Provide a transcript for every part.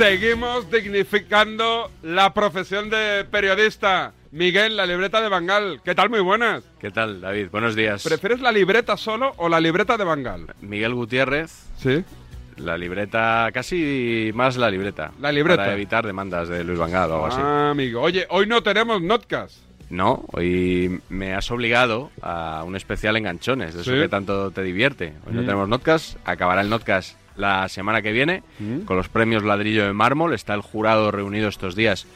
Seguimos dignificando la profesión de periodista. Miguel, la libreta de Bangal. ¿Qué tal? Muy buenas. ¿Qué tal, David? Buenos días. ¿Prefieres la libreta solo o la libreta de Bangal? Miguel Gutiérrez. Sí. La libreta, casi más la libreta. La libreta. Para evitar demandas de Luis Bangal o algo así. Ah, amigo. Oye, hoy no tenemos notcast. No, hoy me has obligado a un especial enganchones, de eso Sí. que tanto te divierte. Hoy no Mm. tenemos notcast, acabará el notcast la semana que viene Mm. con los premios Ladrillo de Mármol. Está el jurado reunido estos días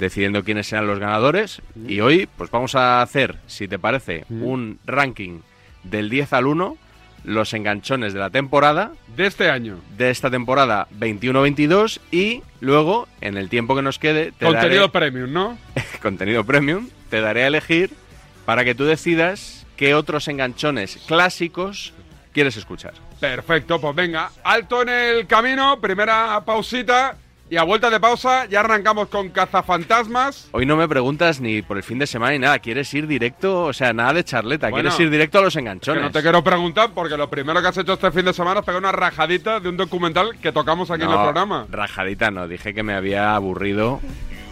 decidiendo quiénes serán los ganadores. Y hoy, pues vamos a hacer, si te parece, un ranking del 10 al 1, los enganchones de la temporada, De este año. de esta temporada 21-22, y luego, en el tiempo que nos quede, te daré- Contenido premium, ¿no? contenido premium, te daré a elegir para que tú decidas qué otros enganchones clásicos quieres escuchar. Perfecto, pues venga, alto en el camino, primera pausita y a vuelta de pausa ya arrancamos con cazafantasmas. Hoy no me preguntas ni por el fin de semana ni nada, quieres ir directo, o sea, nada de charleta, Bueno, quieres ir directo a los Que enganchones. no te quiero preguntar porque lo primero que has hecho este fin de semana es pegar una rajadita de un documental que tocamos aquí en No, el programa. Rajadita no, dije que me había aburrido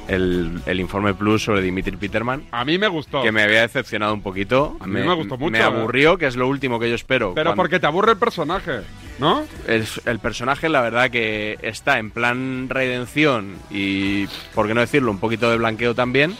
el, el informe plus sobre Dimitri Peterman. A mí me gustó. Que me había decepcionado un poquito. A mí me gustó mucho, Me ¿eh? aburrió, que es lo último que yo espero. Pero cuando- porque te aburre el personaje, ¿no? El, el personaje, la verdad, que está en plan redención y, por qué no decirlo, un poquito de blanqueo también.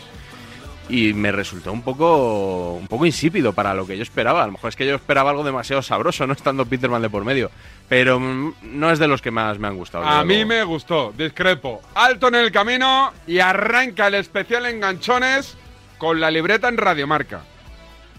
Y me resultó un poco, un poco insípido para lo que yo esperaba. A lo mejor es que yo esperaba algo demasiado sabroso, no estando Peterman de por medio. Pero mm, no es de los que más me han gustado. A desde mí luego. me gustó, discrepo. Alto en el camino y arranca el especial enganchones con la libreta en Radiomarca.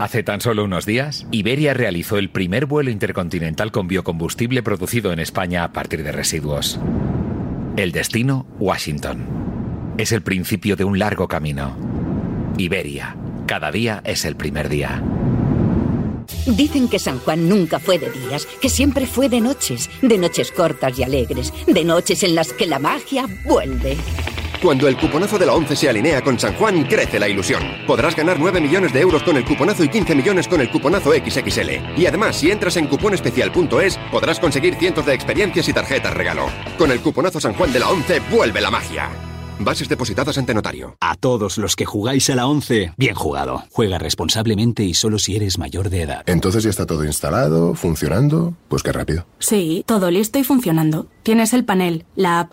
Hace tan solo unos días, Iberia realizó el primer vuelo intercontinental con biocombustible producido en España a partir de residuos. El destino, Washington. Es el principio de un largo camino. Iberia, cada día es el primer día. Dicen que San Juan nunca fue de días, que siempre fue de noches, de noches cortas y alegres, de noches en las que la magia vuelve. Cuando el cuponazo de la 11 se alinea con San Juan, crece la ilusión. Podrás ganar 9 millones de euros con el cuponazo y 15 millones con el cuponazo XXL. Y además, si entras en cuponespecial.es, podrás conseguir cientos de experiencias y tarjetas regalo. Con el cuponazo San Juan de la 11, vuelve la magia. Bases depositadas ante notario. A todos los que jugáis a la 11, bien jugado. Juega responsablemente y solo si eres mayor de edad. Entonces ya está todo instalado, funcionando. Pues qué rápido. Sí, todo listo y funcionando. Tienes el panel, la app,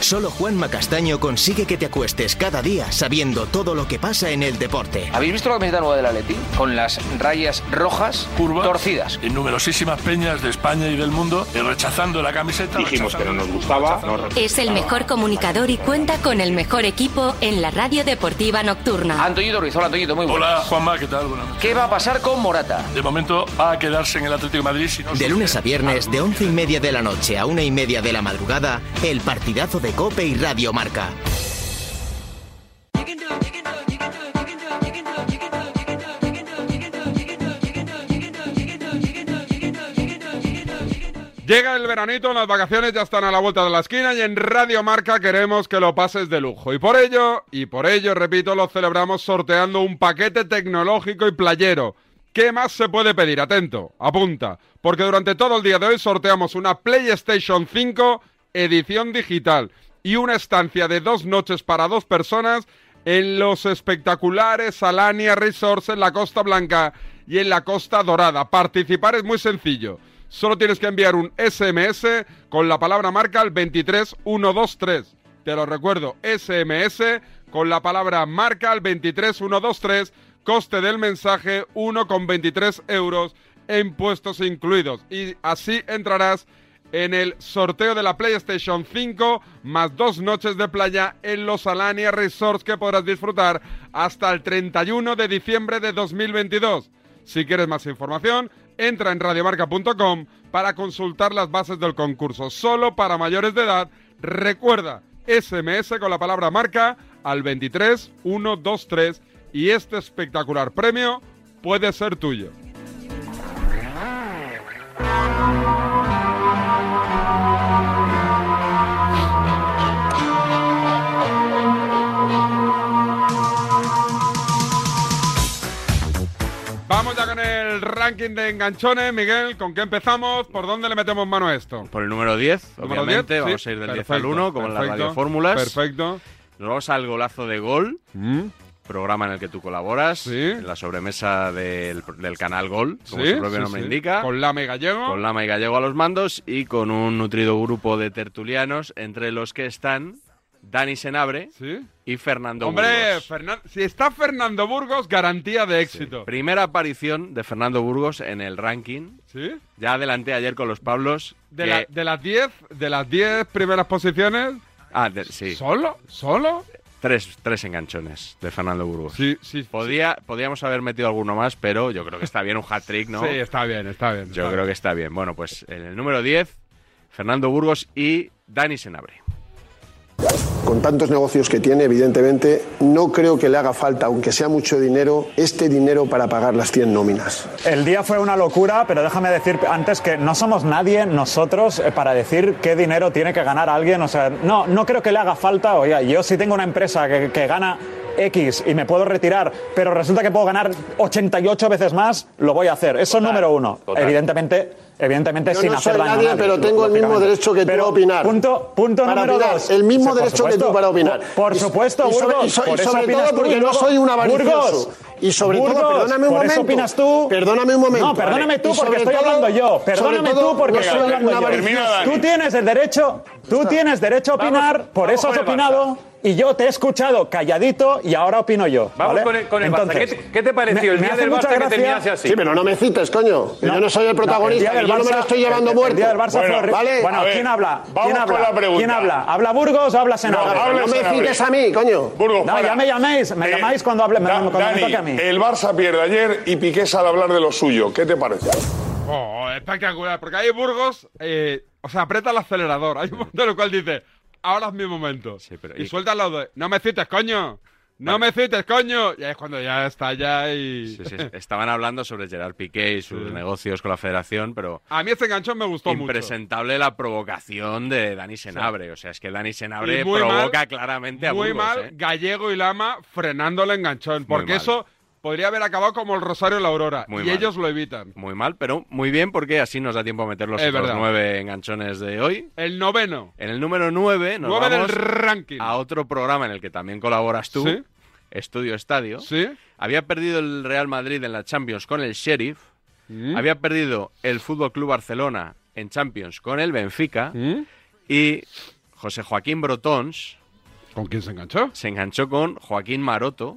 Solo Juanma Castaño consigue que te acuestes cada día sabiendo todo lo que pasa en el deporte. ¿Habéis visto la camiseta nueva del Atleti? Con las rayas rojas curvas torcidas. En numerosísimas peñas de España y del mundo, eh, rechazando la camiseta. Dijimos que no nos gustaba. Es el mejor comunicador y cuenta con el mejor equipo en la radio deportiva nocturna. Antoñito Ruiz, hola Antoñito, muy buenas. Hola, Juanma, ¿qué tal? Buenas noches. ¿Qué va a pasar con Morata? De momento va a quedarse en el Atlético de Madrid. Si no, De lunes a viernes, de once y media de la noche a una y media de la madrugada, el partidazo de Cope y Radio Marca. Llega el veranito, las vacaciones ya están a la vuelta de la esquina y en Radio Marca queremos que lo pases de lujo. Y por ello, y por ello, repito, lo celebramos sorteando un paquete tecnológico y playero. ¿Qué más se puede pedir? Atento, apunta, porque durante todo el día de hoy sorteamos una PlayStation 5 edición digital y una estancia de dos noches para dos personas en los espectaculares Alania Resorts en la Costa Blanca y en la Costa Dorada. Participar es muy sencillo. Solo tienes que enviar un SMS con la palabra marca al 23123. Te lo recuerdo, SMS con la palabra marca al 23123. Coste del mensaje 1,23 euros en puestos incluidos. Y así entrarás en el sorteo de la PlayStation 5 más dos noches de playa en los Alania Resorts que podrás disfrutar hasta el 31 de diciembre de 2022. Si quieres más información, entra en radiomarca.com para consultar las bases del concurso. Solo para mayores de edad, recuerda SMS con la palabra marca al 23123 y este espectacular premio puede ser tuyo. Vamos ya con el ranking de enganchones, Miguel. ¿Con qué empezamos? ¿Por dónnde le metemos mano a esto? Por el número 10, Número obviamente, 10, vamos sí, a ir del perfecto, 10 al 1, como en las perfecto, radiofórmulas. Perfecto. Mm. Nos vamos al golazo de gol, programa en el que tú colaboras, en la sobremesa del, del canal Gol, como Sí, su propio sí, nombre sí. indica. Con Lama y Gallego. Con Lama y Gallego a los mandos y con un nutrido grupo de tertulianos, entre los que están Dani Senabre y Fernando Burgos. Hombre, Fernan- si está Fernando Burgos, garantía de éxito. Primera aparición de Fernando Burgos en el ranking. ¿Sí? Ya adelanté ayer con los Pablos. De, que- la- de las 10 de las 10 primeras posiciones, Ah, de- sí. ¿Solo? ¿Solo? Tres, tres enganchones de Fernando Burgos. Sí, sí. Podía, Podríamos haber metido alguno más, pero yo creo que está bien un hat-trick, ¿no? sí, está bien, está bien. Yo creo que está bien. Bueno, pues en el número 10, Fernando Burgos y Dani Senabre. Con tantos negocios que tiene, evidentemente, no creo que le haga falta, aunque sea mucho dinero, este dinero para pagar las 100 nóminas. El día fue una locura, pero déjame decir antes que no somos nadie nosotros eh, para decir qué dinero tiene que ganar alguien. O sea, no, no creo que le haga falta. Oiga, yo si tengo una empresa que, que gana X y me puedo retirar, pero resulta que puedo ganar 88 veces más, lo voy a hacer. Eso es número uno. Evidentemente, evidentemente Yo sin no hacer soy daño a nadie, nadie, pero tengo el mismo lógicamente. derecho que tú Pero a opinar. Punto, punto Para número opinar, dos. el mismo por derecho que tú para opinar. Por Y- supuesto, y sobre- Burgos. y so- y por eso sobre todo opinas tú porque y no luego- soy un avaricioso. Burgos, Y sobre todo, Burgos, perdóname un por momento. Eso opinas tú. Perdóname un momento, No, perdóname vale. tú Y sobre porque estoy todo- hablando yo. sobre Perdóname todo, tú porque no estoy soy hablando un yo. avaricioso. Termina, Tú Dani. tienes el derecho, tú tienes derecho a opinar, por eso has opinado y yo te he escuchado calladito y ahora opino yo. Vamos ¿vale? con el- con el Barça. Entonces, ¿Qué te- qué te pareció el día hace del mucha Barça que gracia- terminase así? Sí, pero no me cites, coño. que yo no soy el protagonista. el día que del yo no me lo Barça- estoy llevando el- el muerto. día del Barça fue horrible. ¿vale? Bueno, ¿quién habla? ¿Quién habla? ¿Quién habla? ¿Habla Burgos o habla Senado? no me cites a mí, coño. no, ya me llaméis, Eh, me llamáis cuando hable, me, cuando me toque a mí. el Barça pierde ayer y Piqué sale a hablar de lo suyo. ¿Qué te parece? Oh, espectacular, porque ahí Burgos, eh, o sea, aprieta el acelerador. Hay un momento en el cual dice, ahora es mi momento. y, y- suelta lo de, no me cites, coño. No me cites, coño. Y ahí es cuando ya está ya y... Sí, sí, Estaban hablando sobre Gerard Piqué y sus negocios con la federación, pero A mí este enganchón me gustó mucho. impresentable la provocación de Dani Senabre. O sea, es que Dani Senabre Y muy provoca mal, claramente a Muy Burgos. mal, ¿eh? Gallego y Lama frenando el enganchón, porque mal. eso podría haber acabado como el Rosario y la Aurora. Muy y mal. ellos lo evitan. Muy mal, pero muy bien porque así nos da tiempo a meter los Es otros verdad. nueve enganchones de hoy. El noveno. En el número nueve nos Nueve vamos del ranking. a otro programa en el que también colaboras tú, Sí. Estudio Estadio. Sí. Había perdido el Real Madrid en la Champions con el Sheriff. Mm. Había perdido el Fútbol Club Barcelona en Champions con el Benfica. Mm. Y José Joaquín Brotons. ¿Con quién se enganchó? Se enganchó con Joaquín Maroto.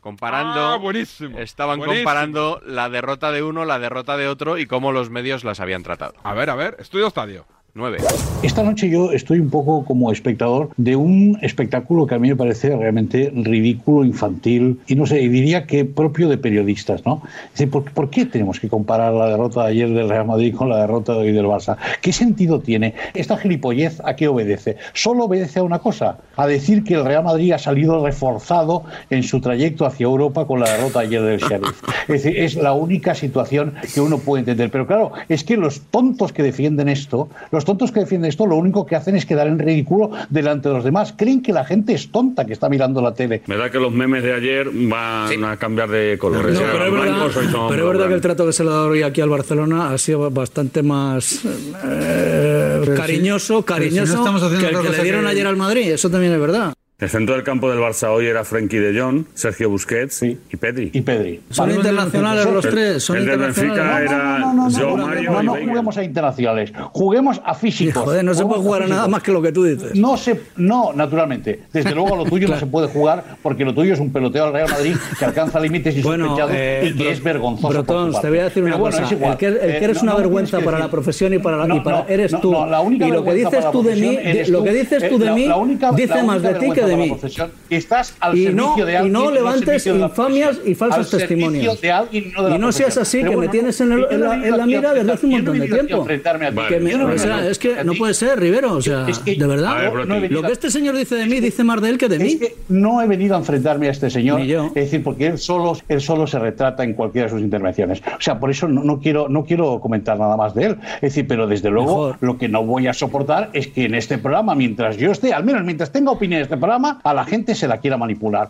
Comparando. Ah, buenísimo. Estaban Buenísimo. comparando la derrota de uno, la derrota de otro y cómo los medios las habían tratado. A ver, a ver, Estudio Estadio. 9. Esta noche yo estoy un poco como espectador de un espectáculo que a mí me parece realmente ridículo, infantil y no sé, y diría que propio de periodistas, ¿no? Es decir, ¿por, por qué tenemos que comparar la derrota de ayer del Real Madrid con la derrota de hoy del Barça? ¿Qué sentido tiene? ¿Esta gilipollez a qué obedece? Solo obedece a una cosa, a decir que el Real Madrid ha salido reforzado en su trayecto hacia Europa con la derrota ayer del Sheriff. Es decir, es la única situación que uno puede entender. Pero claro, es que los tontos que defienden esto, los los tontos que defienden esto lo único que hacen es quedar en ridículo delante de los demás. Creen que la gente es tonta que está mirando la tele. Me da que los memes de ayer van a cambiar de color. No, pero es verdad, pero es verdad que el trato que se le ha dado hoy aquí al Barcelona ha sido bastante más eh, Pero cariñoso, si- pero si no cariñoso estamos haciendo que el otra que le cosa dieron que- ayer al Madrid. Eso también es verdad. El centro del campo del Barça hoy era Frenkie de Jong, Sergio Busquets y Pedri. Y Pedri. Son Vale. internacionales los tres, son el del internacionales. Benfica No, no, era no, no, no, Joe no, Mario No, y no Weigl. juguemos a internacionales, juguemos a físicos. Y, joder, no se Juguemos puede jugar a nada físicos. más que lo que tú dices. No se, no, naturalmente. Desde luego a lo tuyo no se puede jugar porque lo tuyo es un peloteo al Real Madrid que alcanza límites Bueno, insospechados eh, y que Bro- es vergonzoso. por Brotons, tu parte. te voy a decir Pero una bueno, cosa. es igual. El que, el que Eh, eres no- una no me tienes vergüenza que para la decir- profesión y para, la- y No, para no, eres no, tú. no, la única y lo que vergüenza dices para la tú de mí, profesión eres de- lo tú. que dices Eh, tú de la- mí, la única- la dice única más de ti vergüenza que de para la mí. profesión. Estás al y servicio no, de alguien. y no al levantes servicio de la infamias y falsos al servicio testimonios. de alguien, no de la y no seas profesión. así, Pero que bueno, me tienes en, el- yo no en la, he venido en la aquí a mira desde hace un montón de venido aquí a tiempo. enfrentarme a ti. Que me- Yo no he o venido sea, aquí a es que no ti. puede ser, Rivero, o sea, Es que- de A verdad. ver, Broti. No he venido lo a- que este señor dice de mí dice más de él que de mí. Es que no he venido a enfrentarme a este señor, es decir, porque él solo, él solo se retrata en cualquiera de sus intervenciones. O sea, por eso no, no quiero, no quiero comentar nada más de él. Es decir, pero desde luego lo que no voy a soportar es que en este programa, mientras yo esté, al menos mientras tenga opinión de este programa, a la gente se la quiera manipular.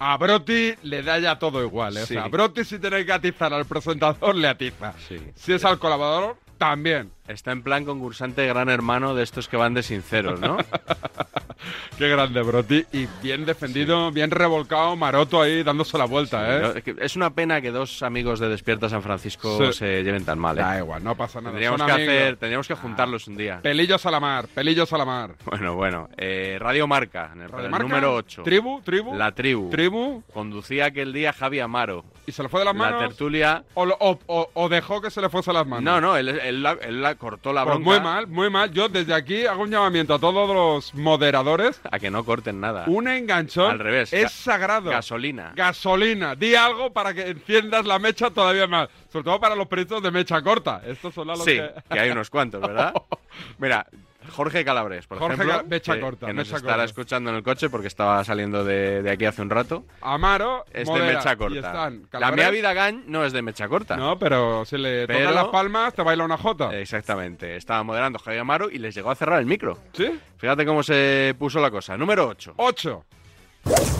A Broti le da ya todo igual. ¿eh? O sea, Broti si tiene que atizar al presentador, le atiza. Si es al colaborador, también. Está en plan concursante gran hermano de estos que van de sinceros, ¿no? Qué grande, Broti. Y bien defendido, bien revolcado, maroto ahí, dándose la vuelta, ¿eh? Yo- es que Es una pena que dos amigos de Despierta San Francisco Sí. se lleven tan mal. ¿eh? Da igual, no pasa nada. Tendríamos son que, amigos. hacer, tendríamos que juntarlos Ah, un día. Pelillos a la mar, pelillos a la mar. Bueno, bueno. eh, Radio Marca, en el, para el Marca, número 8. Tribu, tribu. La tribu. Tribu. Conducía aquel día Javi Amaro. ¿Y se le fue de las manos? La tertulia. O, lo- o- o- o dejó que se le fuese las manos. No, no, él, él la, él la cortó la Pues bronca. muy mal, muy mal. Yo desde aquí hago un llamamiento a todos los moderadores. A que no corten nada. Un enganchón Al revés. es ga- sagrado. Gasolina. Gasolina. Di algo para que enciendas la mecha todavía más. Sobre todo para los peritos de mecha corta. Estos son los Sí, que... que hay unos cuantos, ¿verdad? Mira, Jorge Calabres, por Jorge ejemplo, Cal- mecha que, corta, que nos mecha estará corta. escuchando en el coche porque estaba saliendo de, de aquí hace un rato. Amaro Es modera, de mecha y corta. están La Calabres. mía vida gañ no es de mecha corta. No, pero si le tocan Pero- las palmas te baila una jota. Exactamente. Estaba moderando Javier Amaro y les llegó a cerrar el micro. ¿Sí? Fíjate cómo se puso la cosa. Número 8. 8.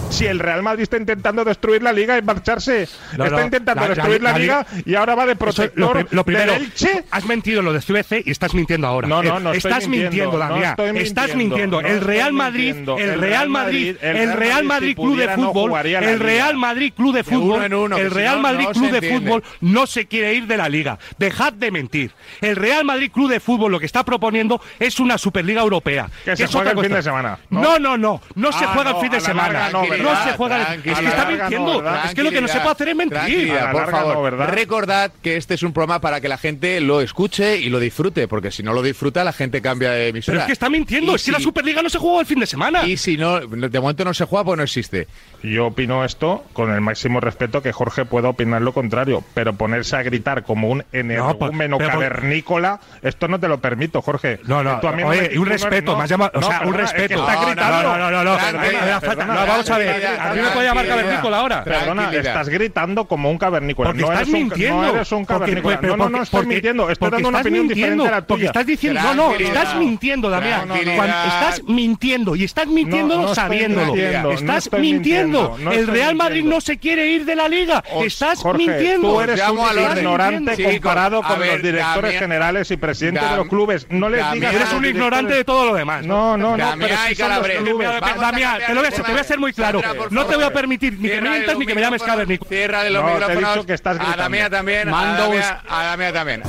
Si el Real Madrid está intentando destruir la liga y marcharse, No, está no, intentando la- la- destruir la, la liga, liga- y ahora va de Eso es lo, protector pri- lo primero, del Elche. has mentido en lo de Suez y estás mintiendo ahora. No, no, Eh, no estoy Estás mintiendo, mintiendo, no Damián. estoy Estás mintiendo, mintiendo. no El estoy Real Madrid, mintiendo. el Real Madrid, el Real Madrid si Club de pudiera, no Fútbol, jugaría la el Real liga. Madrid Club de De uno Fútbol, en uno, que el si Real no, Madrid no se Club de entiende. Fútbol no se quiere ir de la liga. Dejad de mentir. El Real Madrid Club de Fútbol lo que está proponiendo es una Superliga Europea. Que se es juega otra el cosa. fin de semana, ¿no? No, no, no, no, se Ah, juega no, el fin de a la larga semana. no, No, ¿verdad? se juega. el- Es que está Tranquilidad, mintiendo. ¿verdad? Es que lo que no se puede hacer es mentir. Tranquilidad, por favor. ¿verdad? Recordad que este es un programa para que la gente lo escuche y lo disfrute, porque si no lo disfruta, la gente cambia de emisora. Pero es que está mintiendo, Y es que la si- Superliga no se jugó el fin de semana. Y si no, de momento no se juega, pues no existe. Yo opino esto con el máximo respeto que Jorge pueda opinar lo contrario, pero ponerse a gritar como un energúmeno pero por- cavernícola, esto no te lo permito, Jorge. No, no, Tú a mí no oye, me- y un tú no- respeto, no, me has llamado, o no, sea, un perdona, es que respeto. estás gritando. No, no, no, no, no, Tranquilidad, perdona, falta- perdona, no, vamos a ver, tranquilidad, a mí me puede llamar tranquilidad. cavernícola ahora. Perdona, Tranquilidad. estás gritando como un cavernícola. Porque no estás eres un, mintiendo. No eres un Porque- cavernícola. pero- no, no, no porque- estoy porque- mintiendo. Estoy porque dando una estás opinión mintiendo, diferente a la tuya. Porque estás diciendo, no, no, estás mintiendo, Damián. Tranquilidad. Cuando estás mintiendo y estás mintiéndolo No, no estoy sabiéndolo. mintiendo, no estás estoy mintiendo. mintiendo, no el estoy Real Madrid no se quiere ir de la liga. estás Jorge, mintiendo. Tú eres un ignorante comparado a con ver, los directores Damián- generales y presidentes de Dam- los clubes. No les Damián- digas. Eres un ignorante de todo lo demás. No, no, no. Damián pero y si son los Calabres. clubes. Damián, Damián, te lo voy a, ser- te voy a ser muy claro. Sandra, por no te voy a favor. permitir ni que Cierra mientas los ni que me llames micrófonos, cavernícola. Cierra de los No, te he micrófonos. dicho que estás a gritando. Damián también. Mando a Damián- a Damián también.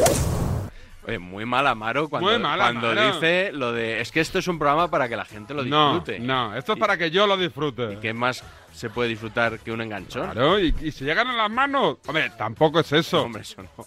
Oye, muy mal Amaro cuando, Muy mal cuando Amaro. dice lo de es que esto es un programa para que la gente lo No, disfrute. no, esto es para que yo lo disfrute. ¿Y qué más se puede disfrutar que un enganchón? Claro, y, y si llegan a las manos, hombre, tampoco es eso.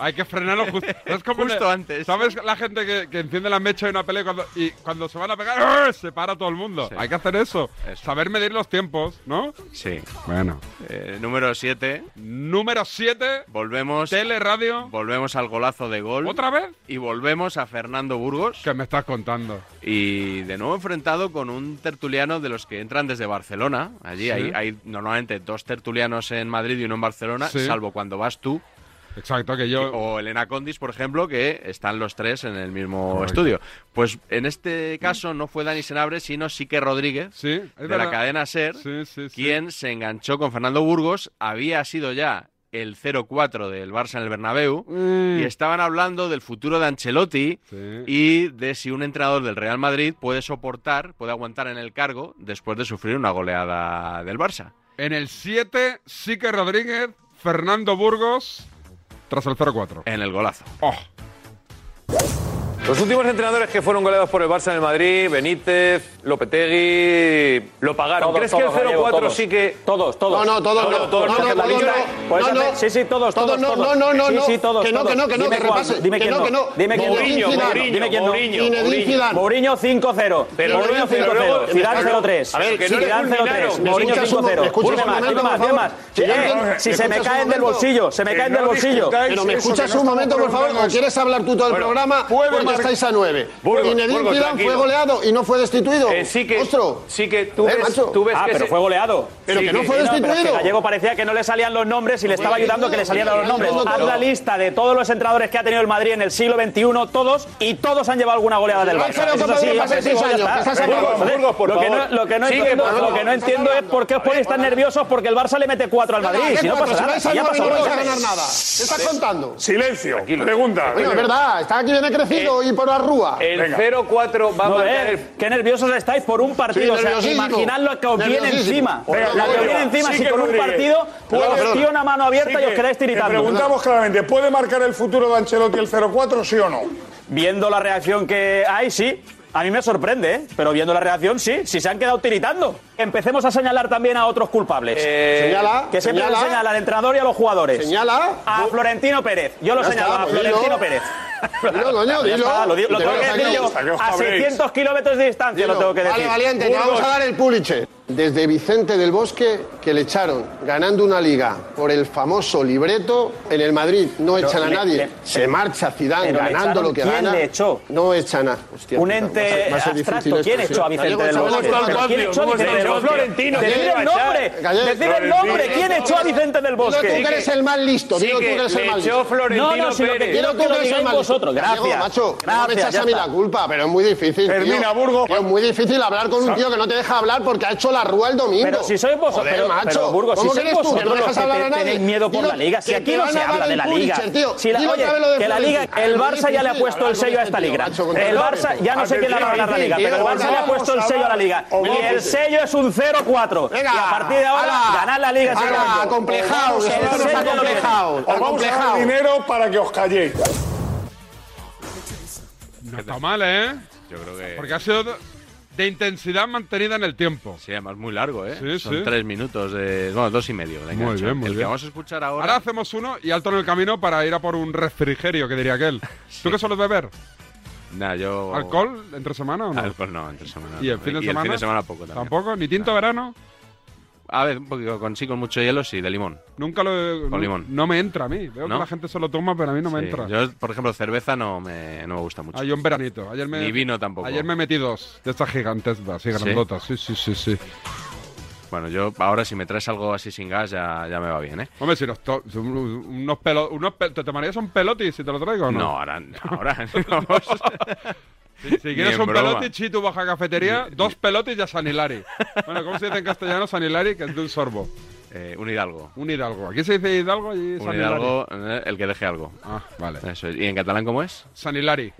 Hay que frenarlo justo. Es como Justo antes. ¿Sabes la gente que, que enciende la mecha de una pelea cuando- y cuando se van a pegar, ¡arr! se para todo el mundo? Hay que hacer eso. Saber medir los tiempos, ¿no? Sí. Bueno. Eh, número 7. Número 7. Volvemos. Teleradio. Volvemos al golazo de gol. ¿Otra vez? Y volvemos a Fernando Burgos. ¿Qué me estás contando? Y de nuevo enfrentado con un tertuliano de los que entran desde Barcelona. Allí Sí. hay, hay normalmente dos tertulianos en Madrid y uno en Barcelona, Sí. salvo cuando vas tú. Exacto, que yo. O Elena Condis, por ejemplo, que están los tres en el mismo estudio. Pues en este caso no fue Dani Senabre, sino Sique Rodríguez, de verdad. la cadena Ser, quien se enganchó con Fernando Burgos, había sido ya el 0-4 del Barça en el Bernabéu Mm. y estaban hablando del futuro de Ancelotti y de si un entrenador del Real Madrid puede soportar, puede aguantar en el cargo después de sufrir una goleada del Barça. En el 7, Sique Rodríguez, Fernando Burgos, Oh, tras el 0-4. En el golazo. Los últimos entrenadores que fueron goleados por el Barça en el Madrid, Benítez, Lopetegui, lo pagaron. Todos, ¿Crees todos, que el 0-4 Gallego, todos. sí que...? Todos, todos. No, no, todos no. No, no, porque la todos lista- no. puedes No, hacer- no. Sí, sí, todos, todos. Todos no, no, no, Sí, no. sí, todos. Que no, todos. que no, que no, Dime que cuál, repase. Dime Que quién no, no. que no. Dime quién Mourinho, no. Mourinho, Dime quién no. Mourinho, Zinedine Mourinho. Zidane. Mourinho 5-0. Pero Mourinho luego- pero luego- 5-0. Zidane pero luego- 0-3. a ver, que no le Zidane fulminaron. 0-3. ¿Me Mourinho escuchas un- 5-0. me escuchas Dime un más, dime momento, más, por dime más. favor? Si- Que no, eh, no, Si ¿me se me escuchas un caen del momento? bolsillo, se me Que caen no del bolsillo. discutáis Pero eso, me que escuchas no un estamos momento, por favor, programando o quieres hablar tú todo el programa, Burgos, o ya estáis a nueve. Burgos, Zinedine Burgos, Zidane tranquilo. fue goleado y no fue destituido. Eh, sí que, sí que tú Eh, ves, macho. tú ves Ah, que pero se- fue goleado. Pero que no fue pero es que destituido. Gallego parecía que no le salían los nombres y le estaba Bueno, ayudando que le salieran los nombres. no, no, Haz no. la lista de todos los entrenadores que ha tenido el Madrid en el siglo XXI, todos, y todos han llevado alguna goleada del Hay Barça. cero Eso Copa sí, Europa hace eso seis ya años, está. que estás hablando. Burgos, Burgos, por lo que favor. no- Lo que no Sigue, entiendo- Manolo. lo que no entiendo es por qué os ponéis tan nerviosos porque el Barça le mete cuatro al Madrid. ¿qué Si no cuatro? pasa Si nada. vais pues a si ya nueve pasó no vais otra a vez. ganar nada. ¿Qué estás contando? Silencio. Pregunta. Bueno, Venga. Eh, es verdad, está aquí bien crecido y por la rúa. El 0-4 va a No, marcar eh, el Qué nerviosos estáis por un partido. Sí, o sea, nerviosísimo. imaginad lo que os viene Nerviosísimo. encima. Venga, lo que os viene Rodrigo, encima, sí si que con un Rodríguez. partido Puede- os tío una mano abierta Sí y os que- quedáis tiritando. que preguntamos claramente, ¿puede marcar el futuro de Ancelotti el 0-4, sí o no? Viendo la reacción que hay, sí. A mí me sorprende, ¿eh? pero viendo la reacción, sí, si se han quedado tiritando. Empecemos a señalar también a otros culpables. Eh, Señala, Que siempre señala. le señala al entrenador y a los jugadores. Señala. A Florentino Pérez. Yo lo Ya señalo, está, a pues Florentino dilo. Pérez. Dilo, coño, Ya dilo. está, Lo, di- lo Te tengo lo que decir saquéis, yo. saquéis, A cabréis. 600 kilómetros de distancia lo tengo que decir. Vale, valiente, te Burgos. vamos a dar el puliche. Desde Vicente del Bosque, que le echaron ganando una liga por el famoso libreto, en el Madrid no Pero echan a le- nadie. le- Se marcha Zidane pero le ganando echaron, lo que ¿quién gana. le echó? No echan a... Hostia, Un puta, va a ser- ente va a ser abstracto. difícil ¿Quién esto, echó a sí. Vicente Gallego, del ¿sabes Bosque? cómo está el ¿Quién cambio? echó a ¿Cómo Vicente está del el Bosque? Florentino? Decir ¿Quién le va a el echar? nombre! Gallego, Decir el nombre! Florentino. ¿Quién echó a Vicente del Dilo tú Bosque? que eres el más listo, Sí dilo tú que que eres el le más echó listo. Florentino No, no, si lo que Pérez. quiero Dilo es tú que que lo eres el digáis más listo. vosotros. Gracias. Gallego, macho, Gracias, no me echas ya a mí está. la culpa, pero es muy difícil. tío. Fermina Burgos. Es muy difícil hablar con un tío que no te deja hablar porque ha hecho la rúa el domingo. Pero si sois vosotros, Joder, pero- macho. pero, Burgos, ¿Cómo si sois crees tú que no vosotros dejas los que hablar te- a nadie? tenéis miedo por Dilo la liga, si que aquí te no van se a habla dar de el la liga. Pulitzer, tío. Si la- Dilo oye, otra vez lo de que la liga, Florentino. el Es muy Barça ya le ha difícil puesto el hablar con sello a esta este tío, liga. macho, con El todo Barça respeto. ya no sé quién le va a ganar la liga, pero el Barça le ha puesto el sello a la liga. Y el sello es un 0-4. Y a partir de ahora, Ala. ganar la liga. Ala, acomplejaos, vosotros acomplejaos, Os vamos a dar acomplejaos. dinero para que os calléis. No está mal, ¿eh? Yo creo que. Porque ha sido de intensidad mantenida en el tiempo. Sí, además muy largo, ¿eh? Sí, Son sí. tres minutos, de, bueno, dos y medio. de Muy enganche. bien, muy el que bien. vamos a escuchar ahora. Ahora hacemos uno y alto en el camino para ir a por un refrigerio, que diría aquel. ¿Tú qué sueles beber? Nah, yo... ¿Alcohol entre semana o no? Alcohol no, entre semana. ¿Y el no. fin de y semana? El fin de semana poco también. ¿Tampoco? ¿Ni tinto verano? A ver, un poquito con sí, con mucho hielo, sí, de limón. Nunca lo he... Con limón. Pues No me entra a mí. Veo ¿No? que la gente se lo toma, pero a mí no me Sí, entra. Yo, por ejemplo, cerveza no me, no me gusta mucho. Ah, yo en veranito. Ayer me, Ni vino tampoco. Ayer me metí dos de estas gigantes, así ¿Sí? grandotas. Sí, sí, sí, sí. Bueno, yo ahora si me traes algo así sin gas ya, ya me va bien, ¿eh? Hombre, si los to- son unos pelos, unos pel- ¿te tomarías un peloti si te lo traigo o no? No, ahora, ahora si, si quieres en un broma. peloti, chi, tú baja cafetería, dos pelotis ya San Hilari. Bueno, ¿cómo se dice en castellano San Hilari? Que es de un sorbo. Eh, un hidalgo. Un hidalgo. Aquí se dice hidalgo y Un San hidalgo, eh, el que deje algo. Ah, vale. Eso es. ¿Y en catalán cómo es? San Hilari.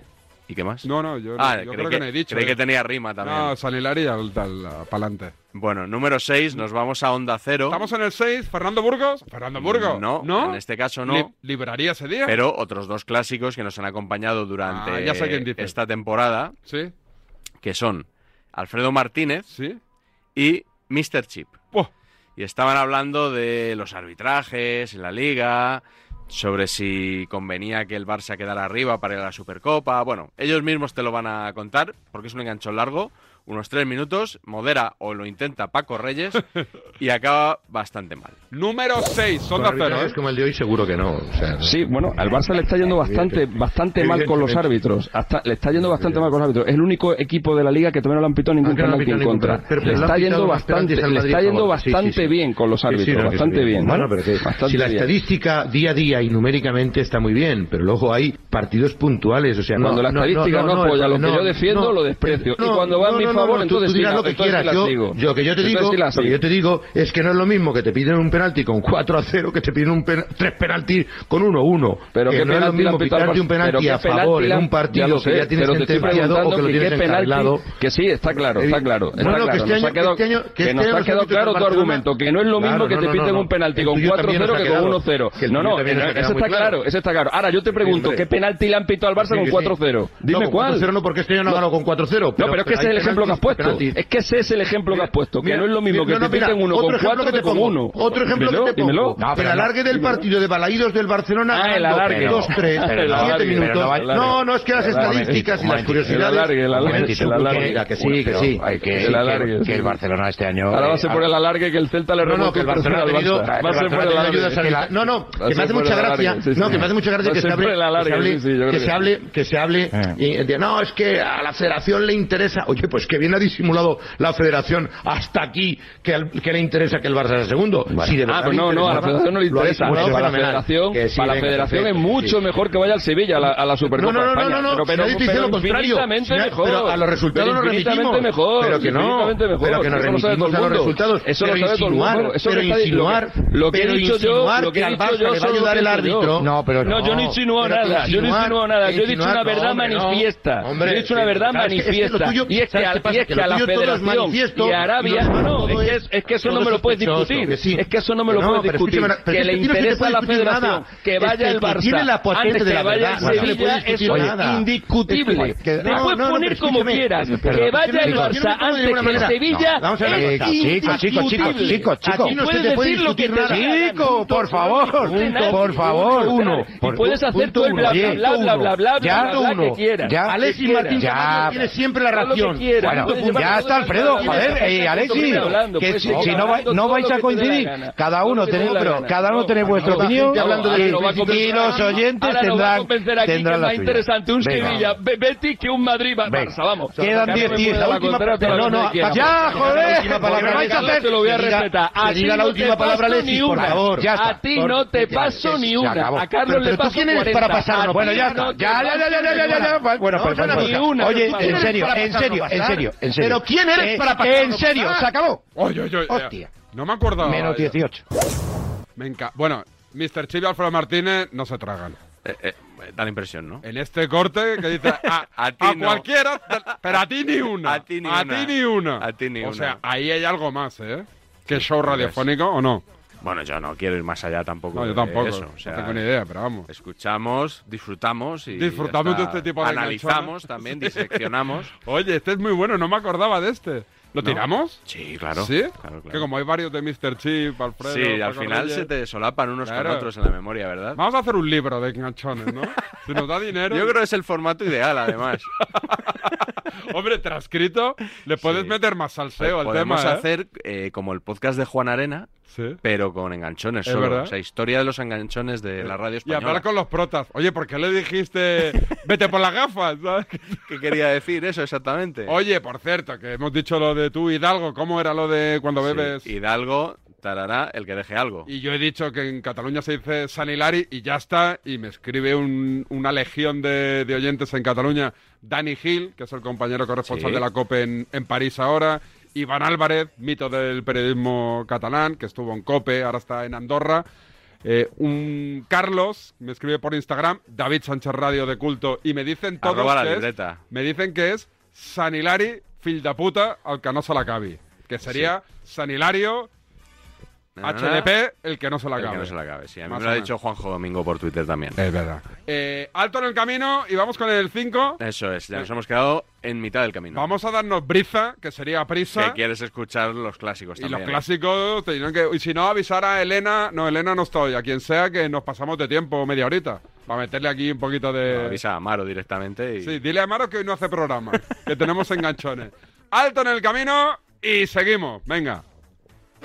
¿Y qué más? No, no, yo, no- Ah, yo creí creo que, que- no he dicho. creí que eh. tenía rima también. No, San Hilari al, al, al- pa'lante. Bueno, número 6, nos vamos a Onda Cero. Estamos en el 6, Fernando Burgos. Fernando Burgos. No, ¿No? en este caso no. Li- libraría ese día. Pero otros dos clásicos que nos han acompañado durante Ah, ya sé quién dice. esta temporada, Sí. que son Alfredo Martínez y Mr. Chip. Buah. Y estaban hablando de los arbitrajes en la liga, sobre si convenía que el Barça quedara arriba para ir a la Supercopa. Bueno, ellos mismos te lo van a contar, porque es un enganchón largo. unos tres minutos, modera o lo intenta Paco Reyes y acaba bastante mal. Número 6, son cero. ¿eh? como el de hoy, seguro que no. Sí, bueno, al Barça le está yendo bastante, bastante mal con los árbitros. Hasta, le está yendo bastante mal con los árbitros. Es el único equipo de la liga que todavía no le han pitado ningún Ah, que no le han penalti en pitado ningún contra. penalti. Pero- Le pero le está han yendo pitado más bastante, penaltis al le está Madrid a yendo favor. Sí, sí, bastante sí. bien con los Sí, sí, árbitros, no, que sí, bastante bien. Bueno, pero que Bastante si la bien. estadística día a día y numéricamente está muy bien, pero luego hay partidos puntuales, o sea, no, cuando la no, estadística no, el- apoya lo no, que yo defiendo, no. lo desprecio. No, y cuando va no, a mi no, no, favor, no, tú- entonces tú dirás sí, lo que entonces sí quieras. la Yo, sigo. yo que yo te Entonces digo, eh, sí la lo que sigo. yo te digo es que no es lo mismo que te piden un penalti con 4 a 0 que te piden un pen- tres penaltis con 1 a 1. Pero que qué no es lo penalti le han pitado mismo al pitarte un Barça- pero penalti qué a favor penalti le en han- un partido lo sé, que ya tienes pero te estoy sentenciado o que preguntando lo que tienes qué penalti- encarrilado. Que sí, está claro, está claro. Está Bueno, que claro. este nos ha año- quedado, que este año- que este nos año ha los quedado claro árbitros del tu Barcelona- argumento, que no es lo mismo Claro, que no, te no, piten no. un penalti El con tuyo 4-0 también nos ha que quedado. con 1-0. Que el No, tuyo no, también nos ha ese quedado está muy claro. claro, ese está claro. Ahora, yo te pregunto, hombre. ¿qué penalti le han pitado al Barça Sí, con que sí. 4-0? Dime No, con cuál. 4-0 no, porque este año no ha ganado con 4-0, No, pero es que ese es el hay ejemplo que has puesto. penaltis, penaltis. Es que ese es el ejemplo que has puesto. Que Mira, no es lo mismo mira, que no, te mira, piten uno otro con ejemplo 4 que te con pongo. 1. Otro ejemplo que te pongo. Dímelo. No, el alargue del partido de Balaídos del Barcelona Ah, el ganando alargue. 2-3, Pero el 7 alargue, minutos. pero el alargue. No, no, es que las El alargue. estadísticas Un y las momentito, curiosidades. el alargue, el alargue, Un momentito, el alargue. que- Que sí, que Pero sí. hay que- El alargue. que- que el Barcelona este año. Ahora va a ser por el alargue que el Celta le No, no, remontó que el Barcelona ha al tenido, Barça. que Va el a ser por Barcelona el ha tenido alargue. ayudas Es que sanitarias. la- No, no, va a que me ser hace por mucha el alargue, gracia. sí, sí. No, que me hace mucha gracia Va a que se ser por hable, el alargue, que se hable, sí, sí, yo creo que que se sí. hable, que se hable y- y diga, no, es que a la federación le interesa. Oye, pues que bien ha disimulado la federación hasta aquí que, al- que le interesa que el Barça sea segundo. Si de ah, verdad pero no, no, a la interesaba, federación no le lo ha interesa. para disimulado la fenomenal. federación, Que sí, para la venga, federación es perfecto, mucho sí. mejor que vaya al Sevilla a la, a la Supercopa No, no, no, de no, España. no, no, pero, pero, si nadie te dice pero lo contrario. infinitamente Si na- mejor. pero a los resultados Pero nos remitimos. infinitamente mejor. Pero que no, infinitamente mejor. pero que nos Eso lo sabe todo el remitimos a los mundo. resultados. Eso lo Pero sabe todo el insinuar, mundo. Eso pero que está- lo que- insinuar, Lo que he pero dicho yo, insinuar lo que he que al dicho Barça yo le va a solo ayudar lo el digo árbitro. yo. No, pero no. yo no insinúo Pero que nada. Yo no insinuar, insinúo nada. Yo he dicho insinuar, una no, verdad hombre, no. manifiesta. Yo Hombre, he dicho una sí, verdad ¿sabes qué? Es que lo manifiesta. tuyo- Y es que ¿sabes qué al- pasa? y es Que que lo a la tuyo todo es federación manifiesto y a Arabia. y lo- No, todo es que es- es- es que eso todo no me lo puedes sospechoso, discutir. que sí. Es que eso no me lo No, puedes pero discutir. escúchame, pero Que es le que a ti no se te interesa a puede la discutir federación. nada. Que Es que vaya el el que tiene la Barça. potente Antes de que la vaya el verdad, no se le puede Sevilla. discutir Eso es nada. indiscutible. Es que- Te no, no, puedes no, poner pero como escúchame, quieras. pero- Que vaya escúchame, el yo no Barça puedo de antes que ninguna el manera. Sevilla. No, vamos a ver una es cosa. Chicos, chicos, chicos, indiscutible. chicos, chicos. Aquí no se Puedes te puede decir lo que discutir nada. te hagan. Chico, por favor, punto, por favor. Uno, Y puedes hacer punto todo el uno, bla oye, bla bla bla bla bla ya, bla, bla, uno, que quieras. ya, Alexis que quieras. Martín Camacho Ya. tiene siempre la Todo lo que ración. quieras. Bueno, Puedes llevar ya todo está lo que Alfredo, quieras. joder, eh, Tienes que hacer todo lo Alexis, que quieras. Hablando, que pues, si, sí. si no, va- Hablando no todo vais lo a que te dé la coincidir, gana. cada uno Todo lo que te dé tenemos, la pero gana. cada uno tenemos Ahora vuestra va opinión gente hablando de y los- Cristiano, y los oyentes ahora nos va a tendrán, convencer aquí tendrán que la más suya. interesante un Venga. Sevilla, Be- Betis que un Madrid Bar- Venga. Barça, vamos. Quedan Que a mí 10 me tíos. puede La dar última contraria, palabra, todo lo no, que no, quieras. ya, joder. La última palabra, Que diga- Alexis, no te lo voy a que diga- respetar. que A ti diga la no última te palabra, paso Alexis, ni por una. favor. Ya A está. ti Por- no te ya, paso es- ni se una. acabó. A Carlos Pero- le pero tú paso quién eres 40. para pasarnos? A ti Bueno, ya no está. te Ya, ya, ya, ya, ya, ya, ya, ya. paso Bueno, ni pues, una. pues, Ni pues. una. Oye, ¿Quién en eres serio, para en pasarnos serio, en pasar? serio, en serio. Pero ¿quién eres Eh, para pasarnos En serio, pasar? se acabó. Oye, oye, oye. Hostia. No me acordaba. Menos 18. Me enca- Bueno, Mr. Chip y Alfredo Martínez no se tragan. Eh. eh, da la impresión, ¿no? En este corte que dice a, ti a no. cualquiera, pero a ti ni una. A ti ni una. una. A ti ni o una. Pues sea, ahí hay algo más, ¿eh? Que show radiofónico o no. Bueno, yo no quiero ir más allá tampoco. No, yo de tampoco. pues eso, o No sea, tengo ni idea, pero vamos. Escuchamos, disfrutamos y. Disfrutamos de ya está. este tipo de Analizamos enganchones. también, Sí. diseccionamos. Oye, este es muy bueno, no me acordaba de este. ¿Lo ¿No? tiramos? Sí, claro. ¿Sí? Claro, claro. Que como hay varios de Mr. Chip, Alfredo. sí, al Paco final Reyes. se te solapan unos Claro. con otros en la memoria, ¿verdad? Vamos a hacer un libro de enganchones, ¿no? Si nos da dinero. Yo creo que es el formato ideal, además. Hombre, transcrito, le puedes meter más salseo al Podemos tema. ¿eh? hacer eh, como el podcast de Juan Arena, Sí. pero con enganchones Es solo. verdad. O sea, historia de los enganchones de la radio Y española. hablar con los protas. Oye, ¿por qué le dijiste vete por las gafas? ¿Sabes? ¿Qué quería decir eso exactamente? Oye, por cierto, que hemos dicho lo de tú, Hidalgo. ¿Cómo era lo de cuando bebes? Hidalgo tarará el que deje algo. Y yo he dicho que en Cataluña se dice San Hilari y ya está. Y me escribe un- una legión de, de oyentes en Cataluña. Dani Gil, que es el compañero corresponsal Sí. de la COPE en, en París ahora. Iván Álvarez, mito del periodismo catalán, que estuvo en COPE, ahora está en Andorra. Eh, un Carlos me escribe por Instagram, David Sánchez Radio de Culto, y me dicen todos Arroba la que es- libreta. me dicen que es San Hilari, fil de puta, al que no se la cabi. Que sería San Hilario, Na, na, na. HDP, el que no se la El cabe. que no se la cabe, sí. A mí Más me lo o ha menos. dicho Juanjo Domingo por Twitter también. Es verdad. Eh, alto en el camino y vamos con el 5. Eso es, ya nos hemos quedado en mitad del camino. Vamos a darnos briza, que sería Que prisa. quieres escuchar los clásicos Y también. ¿eh? los clásicos te dirán que. Y si no, avisar a Elena. No, Elena no está hoy. A quien sea que nos pasamos de tiempo, media horita. Para meterle aquí un poquito de. Avisa a Amaro directamente y... Sí, dile a Amaro que hoy no hace programa. que tenemos enganchones. alto en el camino y seguimos. Venga.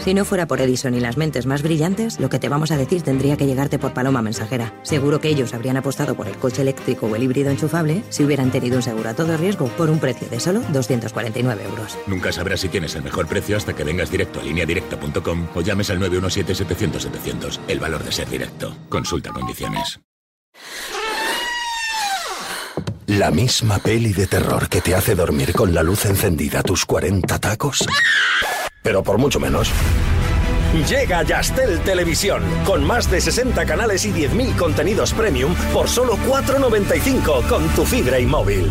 Si no fuera por Edison y las mentes más brillantes, lo que te vamos a decir tendría que llegarte por Paloma Mensajera. Seguro que ellos habrían apostado por el coche eléctrico o el híbrido enchufable si hubieran tenido un seguro a todo riesgo por un precio de solo 249 euros. Nunca sabrás si tienes el mejor precio hasta que vengas directo a lineadirecta.com o llames al 917-700-700. El valor de ser directo. Consulta condiciones. La misma peli de terror que te hace dormir con la luz encendida tus 40 tacos, pero por mucho menos. Llega Yastel Televisión, con más de 60 canales y 10.000 contenidos premium por solo 4,95 con tu fibra y móvil.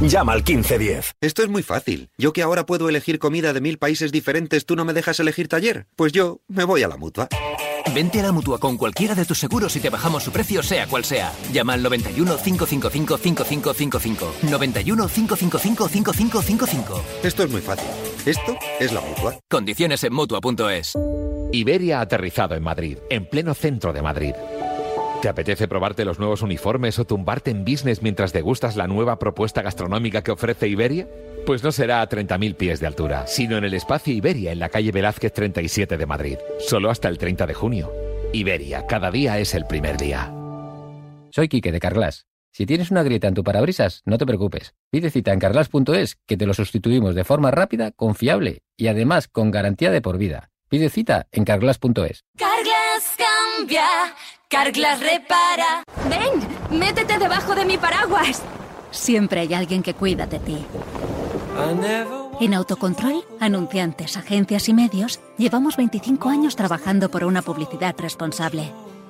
Llama al 1510. Esto es muy fácil. Yo que ahora puedo elegir comida de mil países diferentes, ¿tú no me dejas elegir taller? Pues yo me voy a la mutua. Vente a la mutua con cualquiera de tus seguros y te bajamos su precio, sea cual sea. Llama al 91 555 5555. 91 555 5555. Esto es muy fácil. Esto es la mutua. Condiciones en mutua.es. Iberia ha aterrizado en Madrid, en pleno centro de Madrid. ¿Te apetece probarte los nuevos uniformes o tumbarte en business mientras degustas la nueva propuesta gastronómica que ofrece Iberia? Pues no será a 30.000 pies de altura, sino en el espacio Iberia en la calle Velázquez 37 de Madrid, solo hasta el 30 de junio. Iberia, cada día es el primer día. Soy Quique de Carglass. Si tienes una grieta en tu parabrisas, no te preocupes. Pide cita en carglass.es que te lo sustituimos de forma rápida, confiable y además con garantía de por vida. Pide cita en carglass.es. Carglass cambia, Carglass repara. Ven, métete debajo de mi paraguas. Siempre hay alguien que cuida de ti. En Autocontrol, anunciantes, agencias y medios, llevamos 25 años trabajando por una publicidad responsable.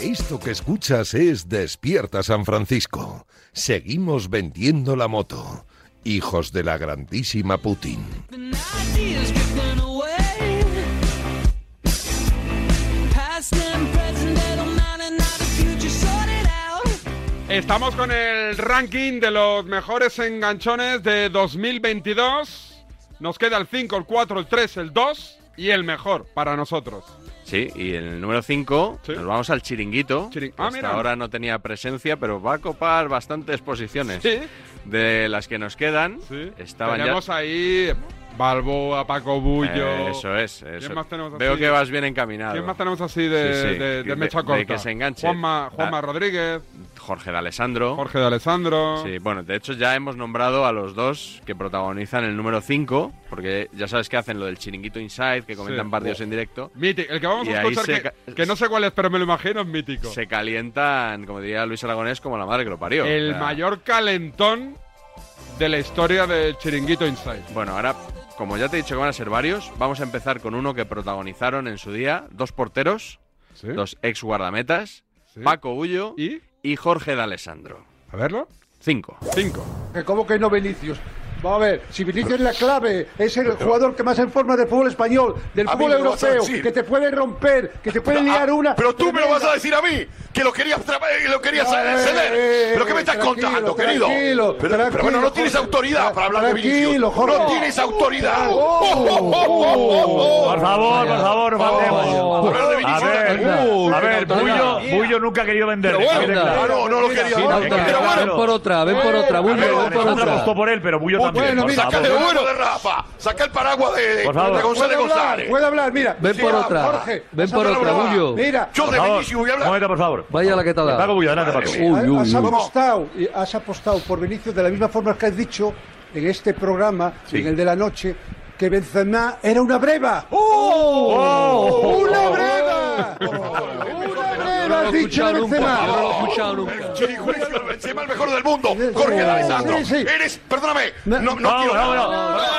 Esto que escuchas es Despierta San Francisco. Seguimos vendiendo la moto. Hijos de la grandísima Putin. Estamos con el ranking de los mejores enganchones de 2022. Nos queda el 5, el 4, el 3, el 2 y el mejor para nosotros. Sí, y en el número 5 nos vamos al chiringuito. que Ah, hasta mira. ahora no tenía presencia, pero va a copar bastantes posiciones. Sí. De las que nos quedan, estaban tenemos ya. ahí Balboa, Paco Bullo. Eh, eso es. ¿Quién eso. más tenemos así? Veo que vas bien encaminado. ¿Quién más tenemos así de, Sí, de- sí, de que- mecha de- corta? de que se enganche. Juanma, Juanma Ah. Rodríguez. Jorge de Alessandro. Jorge de Alessandro. Sí, bueno, de hecho ya hemos nombrado a los dos que protagonizan el número 5, porque ya sabes que hacen lo del chiringuito inside, que comentan Sí. partidos en directo. Miti- el que vamos Y a ahí escuchar, se que- que, no sé cuál es, pero me lo imagino, es mítico. Se calientan, como diría Luis Aragonés, como la madre que lo parió. el O sea, mayor calentón de la historia del chiringuito Inside. Bueno, ahora, como ya te he dicho que van a ser varios, vamos a empezar con uno que protagonizaron en su día dos porteros, dos ex guardametas, Paco Ullo ¿Y? Jorge de Alessandro. A verlo. Cinco. Cinco. Que ¿Cómo que no Vinicius? Va a ver, si Vinicius es la clave, es el jugador que más en forma del fúbol español, del A mí fútbol me lo vas a europeo, decir. que te puede romper, que te puede Pero, liar ah, una. Pero tú me lo tremenda. vas a decir a mí, que lo querías, traba- eh, lo querías No, eh, ceder. eh, ¿Pero qué me estás tranquilo, contando, querido? tranquilo, pero, pero tranquilo, bueno, no tienes Jorge. autoridad para hablar de Vinicius. Tranquilo, Jorge. No tienes autoridad. Oh, Por favor, por favor, no matemos. A ver, uh, a ver, Bullo, Bullo nunca ha querido venderle. Pero bueno, que quede claro. ah, no, no lo quería. Sin Pero autoridad. bueno. Ven por otra, ven por otra, Bullo, Alejandro ven por otra. apostó por él, pero Bullo también. Oh, bueno, por mira, favor. sácate de Bueno, de Rafa, saca el paraguas de, de- Por favor. de González Puede hablar, González. puede hablar, mira. Ven Sí, por va, otra. Jorge, Ven por sácalo, otra, bravo. Bullo. Mira. Yo Por de favor, Vinicius voy a Un hablar. momento, por favor. Vaya la que te ha dado. Paco Bullo, adelante, Paco. Madre mía. Uy, uy, has, uy. apostado, y has apostado por Vinicius de la misma forma que has dicho en este programa, en el de la noche, que Benzema era una breva. ¡Oh! ¡Oh! ¡Una breva! ¡Una breva! Has dicho de Benzema. Chiricuecio, Benzema, el mejor del mundo. Jorge de Alessandro. Sí, sí. Eres, perdóname. No, no Vamos, quiero. vamos, vamos. a todos.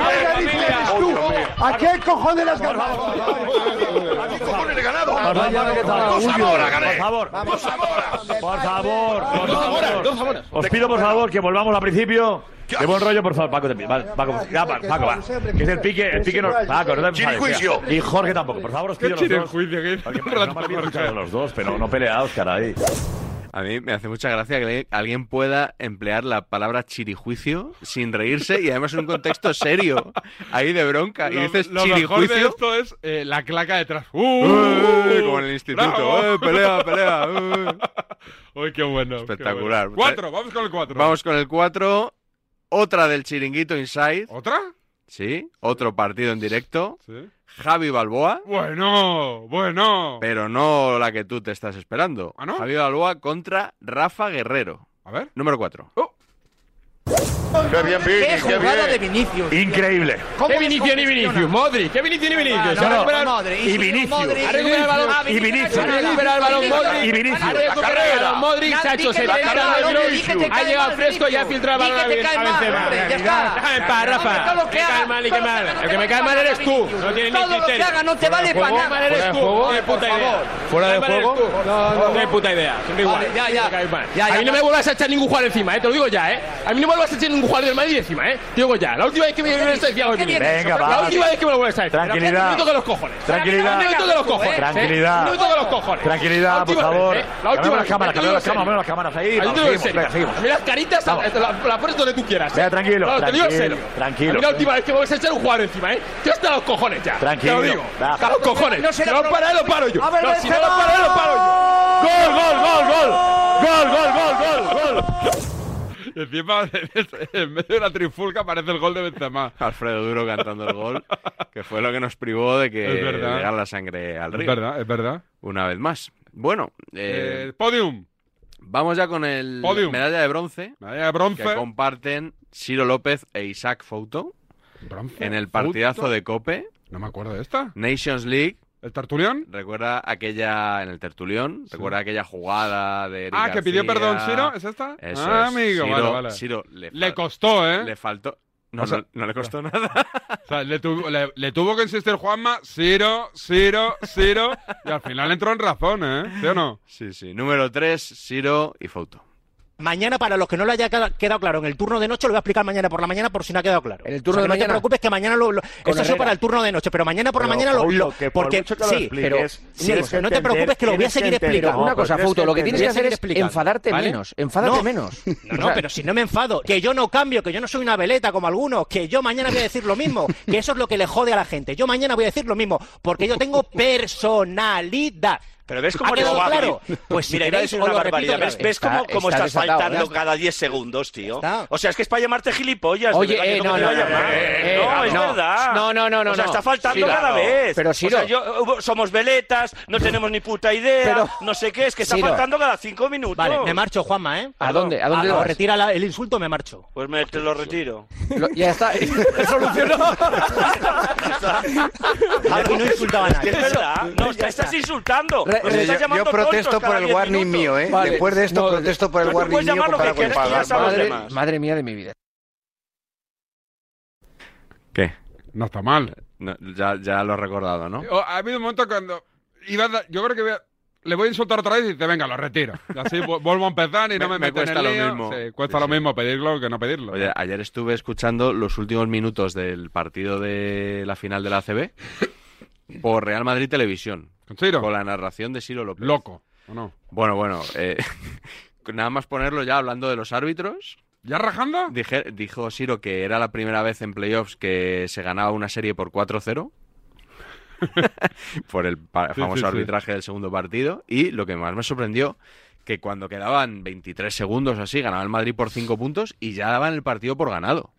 ¿Qué narices eres tú? ¿A qué cojones las ganas? Por favor, Dos Zamora, Zamora, gané. gané. Por favor, Dos Zamora. por favor, por favor. Os pido por favor que volvamos al principio. De buen rollo, por favor, Paco, te pido. Vale, Paco, ya, Paco, Paco, va. Que es el pique, el pique no. Paco, no te enfades, Chirijuicio. mira. Y Jorge tampoco, por favor, os ¿Qué pido los dos. chirijuicio? ¿Qué Porque no me habéis escuchado los dos, pero no peleaos, caray. A mí me hace mucha gracia que le- alguien pueda emplear la palabra chirijuicio sin reírse y además en un contexto serio, ahí de bronca. Y Lo- dices lo mejor de chirijuicio esto es eh, la claca detrás. ¡Uh! Eh, como en el instituto. ¡Bravo! Eh, pelea, pelea. eh. Uy, qué bueno. qué Espectacular. bueno. Cuatro, vamos con el cuatro. Vamos con el 4. Otra del chiringuito Inside. ¿Otra? Sí, otro partido en directo. Sí. Javi Balboa. Bueno, bueno. Pero no la que tú te estás esperando. ¿Ah, no? Javi Balboa contra Rafa Guerrero. A ver. Oh. Número 4. Qué bien, Vini, Qué qué jugada de bien. Vinicius. Increíble. ¿Cómo ¿Qué Vinicius ni descompresiona? Vinicius? Modric, ¿qué Vinicius ni Vinicius? Se va a recuperar- Y Vinicius. Ha recuperado el balón. Ah, Y Vinicius. Vinicius. Ha recuperado el balón Modric. Y Vinicius. Ha recuperado La el carrera. balón Modric, se ha hecho Di que te 70 cae mal, metros, Vinicius. ha cae llegado mal, fresco y ha filtrado el Di balón que te a cae mal, Benzema. hombre, ya Venga, está. Déjame en paz, Todo Rafa. lo que Qué haga, cae mal y qué todo lo mal. que haga, El que no me te cae vale mal eres para tú. Vinicius. No tienes ni Todo lo que criterio. haga, no te Fuera vale de juego, para mal nada. eres Fuera de tú. juego, No tienes por puta favor. idea. Fuera de Mal eres juego. tú. No, no. No tienes puta idea. Siempre igual. Vale, ya, ya. Me caes mal. Ya, ya. A mí no me vuelvas a echar ningún jugador encima, eh. Te lo digo ya, eh. A mí no me vuelvas a echar ningún jugador del Madrid encima, eh. Te digo ya. La última vez que me lo decía hoy. Venga, va. La última vez que me lo vuelvas a decir. Tranquilidad. Un minuto que los cojones. Tranquilidad. Un minuto que los cojones. ¿eh? Tranquilidad. Un minuto que los cojones. La Tranquilidad, por última vez, favor. ¿eh? La última Cambiamos vez, las cámaras, te lo digo cambiamos las en cámaras, serio. cambiamos las cámaras. Ahí, Ahí vamos, te lo digo en seguimos, serio. venga, seguimos. A mí las caritas eh, la, la pones donde tú quieras. Venga, Mira, tranquilo, No, te digo en tranquilo, serio. tranquilo. A mí la última vez que me vas a echar un jugador encima, ¿eh? Yo hasta los cojones ya. Tranquilo, Te lo digo. va. Hasta los cojones. No No será si no lo para, lo paro yo. A ver, no, si no lo Benzema. para, lo paro yo. Gol, gol, gol, gol. Gol, gol, gol, gol, gol. Y encima, en medio de una trifulca aparece el gol de Benzema. Alfredo Duro cantando el gol, que fue lo que nos privó de que Es verdad. llegara la sangre al Es río. verdad, es verdad. Una vez más. Bueno, eh, Eh, podium. vamos ya con el Podium. medalla de bronce. Medalla de bronce. Que comparten Ciro López e Isaac Fouto Bronce. en el partidazo Fouto. de Cope. No me acuerdo de esta. Nations League. ¿El Tertulión? Recuerda aquella. En el Tertulión. Recuerda aquella jugada de. Eric Ah, que pidió García. perdón, Ciro. ¿Es esta? Eso ah, es. amigo. Ciro- vale, vale. Ciro le, Le fal- costó, ¿eh? le faltó. No, O sea- no, no le costó nada. O sea, le, tuvo- le- le tuvo que insistir Juanma, Ciro, Ciro, Ciro. y al final entró en razón, ¿eh? ¿Sí o no? Sí, sí. Número 3, Ciro y Fouto. Mañana, para los que no lo haya queda- quedado claro, en el turno de noche lo voy a explicar mañana por la mañana por si no ha quedado claro. En el turno de no mañana. te preocupes que mañana lo. lo- esto ha sido Herrera. para el turno de noche, pero mañana por la Pero, mañana lo. Fauto, lo- que por porque mucho que lo sí, expliques, pero tienes sí, que no te entender, preocupes que lo voy a tienes que seguir entender. explicando. Pero una cosa, Tienes Fauto, lo que tienes que voy a hacer seguir es explicando, enfadarte menos, enfádate menos. No, O no, sea- pero si no me enfado, que yo no cambio, que yo no soy una veleta como algunos, que yo mañana voy a decir lo mismo, que eso es lo que le jode a la gente. Yo mañana voy a decir lo mismo, porque yo tengo personalidad. Pero ¿Ves cómo ¿Ha quedado no va, claro? Vini? Pues si Mira, iba a queréis, decir os una lo repito barbaridad. otra ¿Ves, vez. ves cómo, Está- cómo está estás desatado, ya faltando ¿eh? está. cada 10 segundos, tío? está. O sea, es que es para llamarte gilipollas. de Oye, verdad que eh, no, no, me no, voy a no, llamar. no, eh, no, no. es verdad. No, no, no, no, O sea, no. está faltando Ciro. cada vez. Pero, O sea, Ciro. yo- hubo- somos veletas, no tenemos ni puta idea, Pero- no sé qué, es que está Ciro. faltando cada 5 minutos. Vale, me marcho, Juanma, ¿eh? ¿A dónde? ¿A dónde Ah, vas? retira la- el insulto, me marcho. Pues me te lo retiro. ya está. Solucionó. Aquí no insultaba a Es que nadie. es verdad. No, estás insultando. Re- Nos re- estás yo- llamando Yo protesto tontos por cada el 10 warning minutos. mío, ¿eh? Vale. Después de esto No, protesto por el tú puedes warning mío llamar lo para que quieras, culpar. tú ya sabes Madre- de más. Madre mía de mi vida. No está mal. ya, ya lo he recordado, ¿no? O- ha habido un momento cuando. iba a dar- yo creo que voy a- le voy a insultar otra vez y dice, venga, lo retiro. Y así vu- vuelvo a empezar y no Me- me, me meto en el cuesta lo lío. mismo. Sí, cuesta Sí, lo sí. mismo pedirlo que no pedirlo. Oye, ayer estuve escuchando los últimos minutos del partido de la final de la ACB por Real Madrid Televisión. ¿Con la narración de Ciro López. Loco, ¿o no? Bueno, bueno, eh, nada más ponerlo ya hablando de los árbitros. ¿Ya rajando? Dije- dijo Ciro que era la primera vez en playoffs que se ganaba una serie por 4-0. por el pa- Sí, famoso sí, sí. arbitraje del segundo partido. Y lo que más me sorprendió, que cuando quedaban 23 segundos o así, ganaba el Madrid por 5 puntos y ya daban el partido por ganado.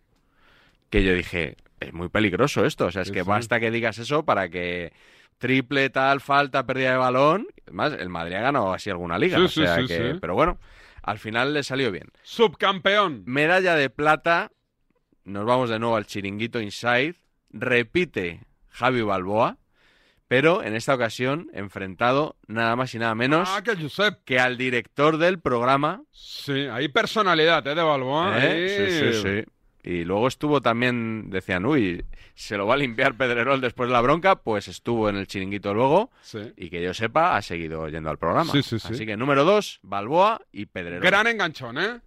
que yo dije, es muy peligroso esto. O sea, es que basta que digas eso para que triple, tal, falta, pérdida de balón. Además, el Madrid ha ganado así alguna liga. Sí, o sí, sea sí, que- sí. Pero bueno, al final le salió bien. Subcampeón. Medalla de plata. Nos vamos de nuevo al chiringuito inside. Repite Javi Balboa. Pero en esta ocasión enfrentado nada más y nada menos Ah, que que al director del programa, Sí, hay personalidad, ¿eh? De Balboa. ¿Eh? ahí. Sí, sí, sí. Y luego estuvo también, decían, uy, se lo va a limpiar Pedrerol después de la bronca, pues estuvo en el chiringuito luego Sí. y que yo sepa ha seguido yendo al programa. Sí, sí, sí. Así que número dos, Balboa y Pedrerol. Gran enganchón, ¿eh?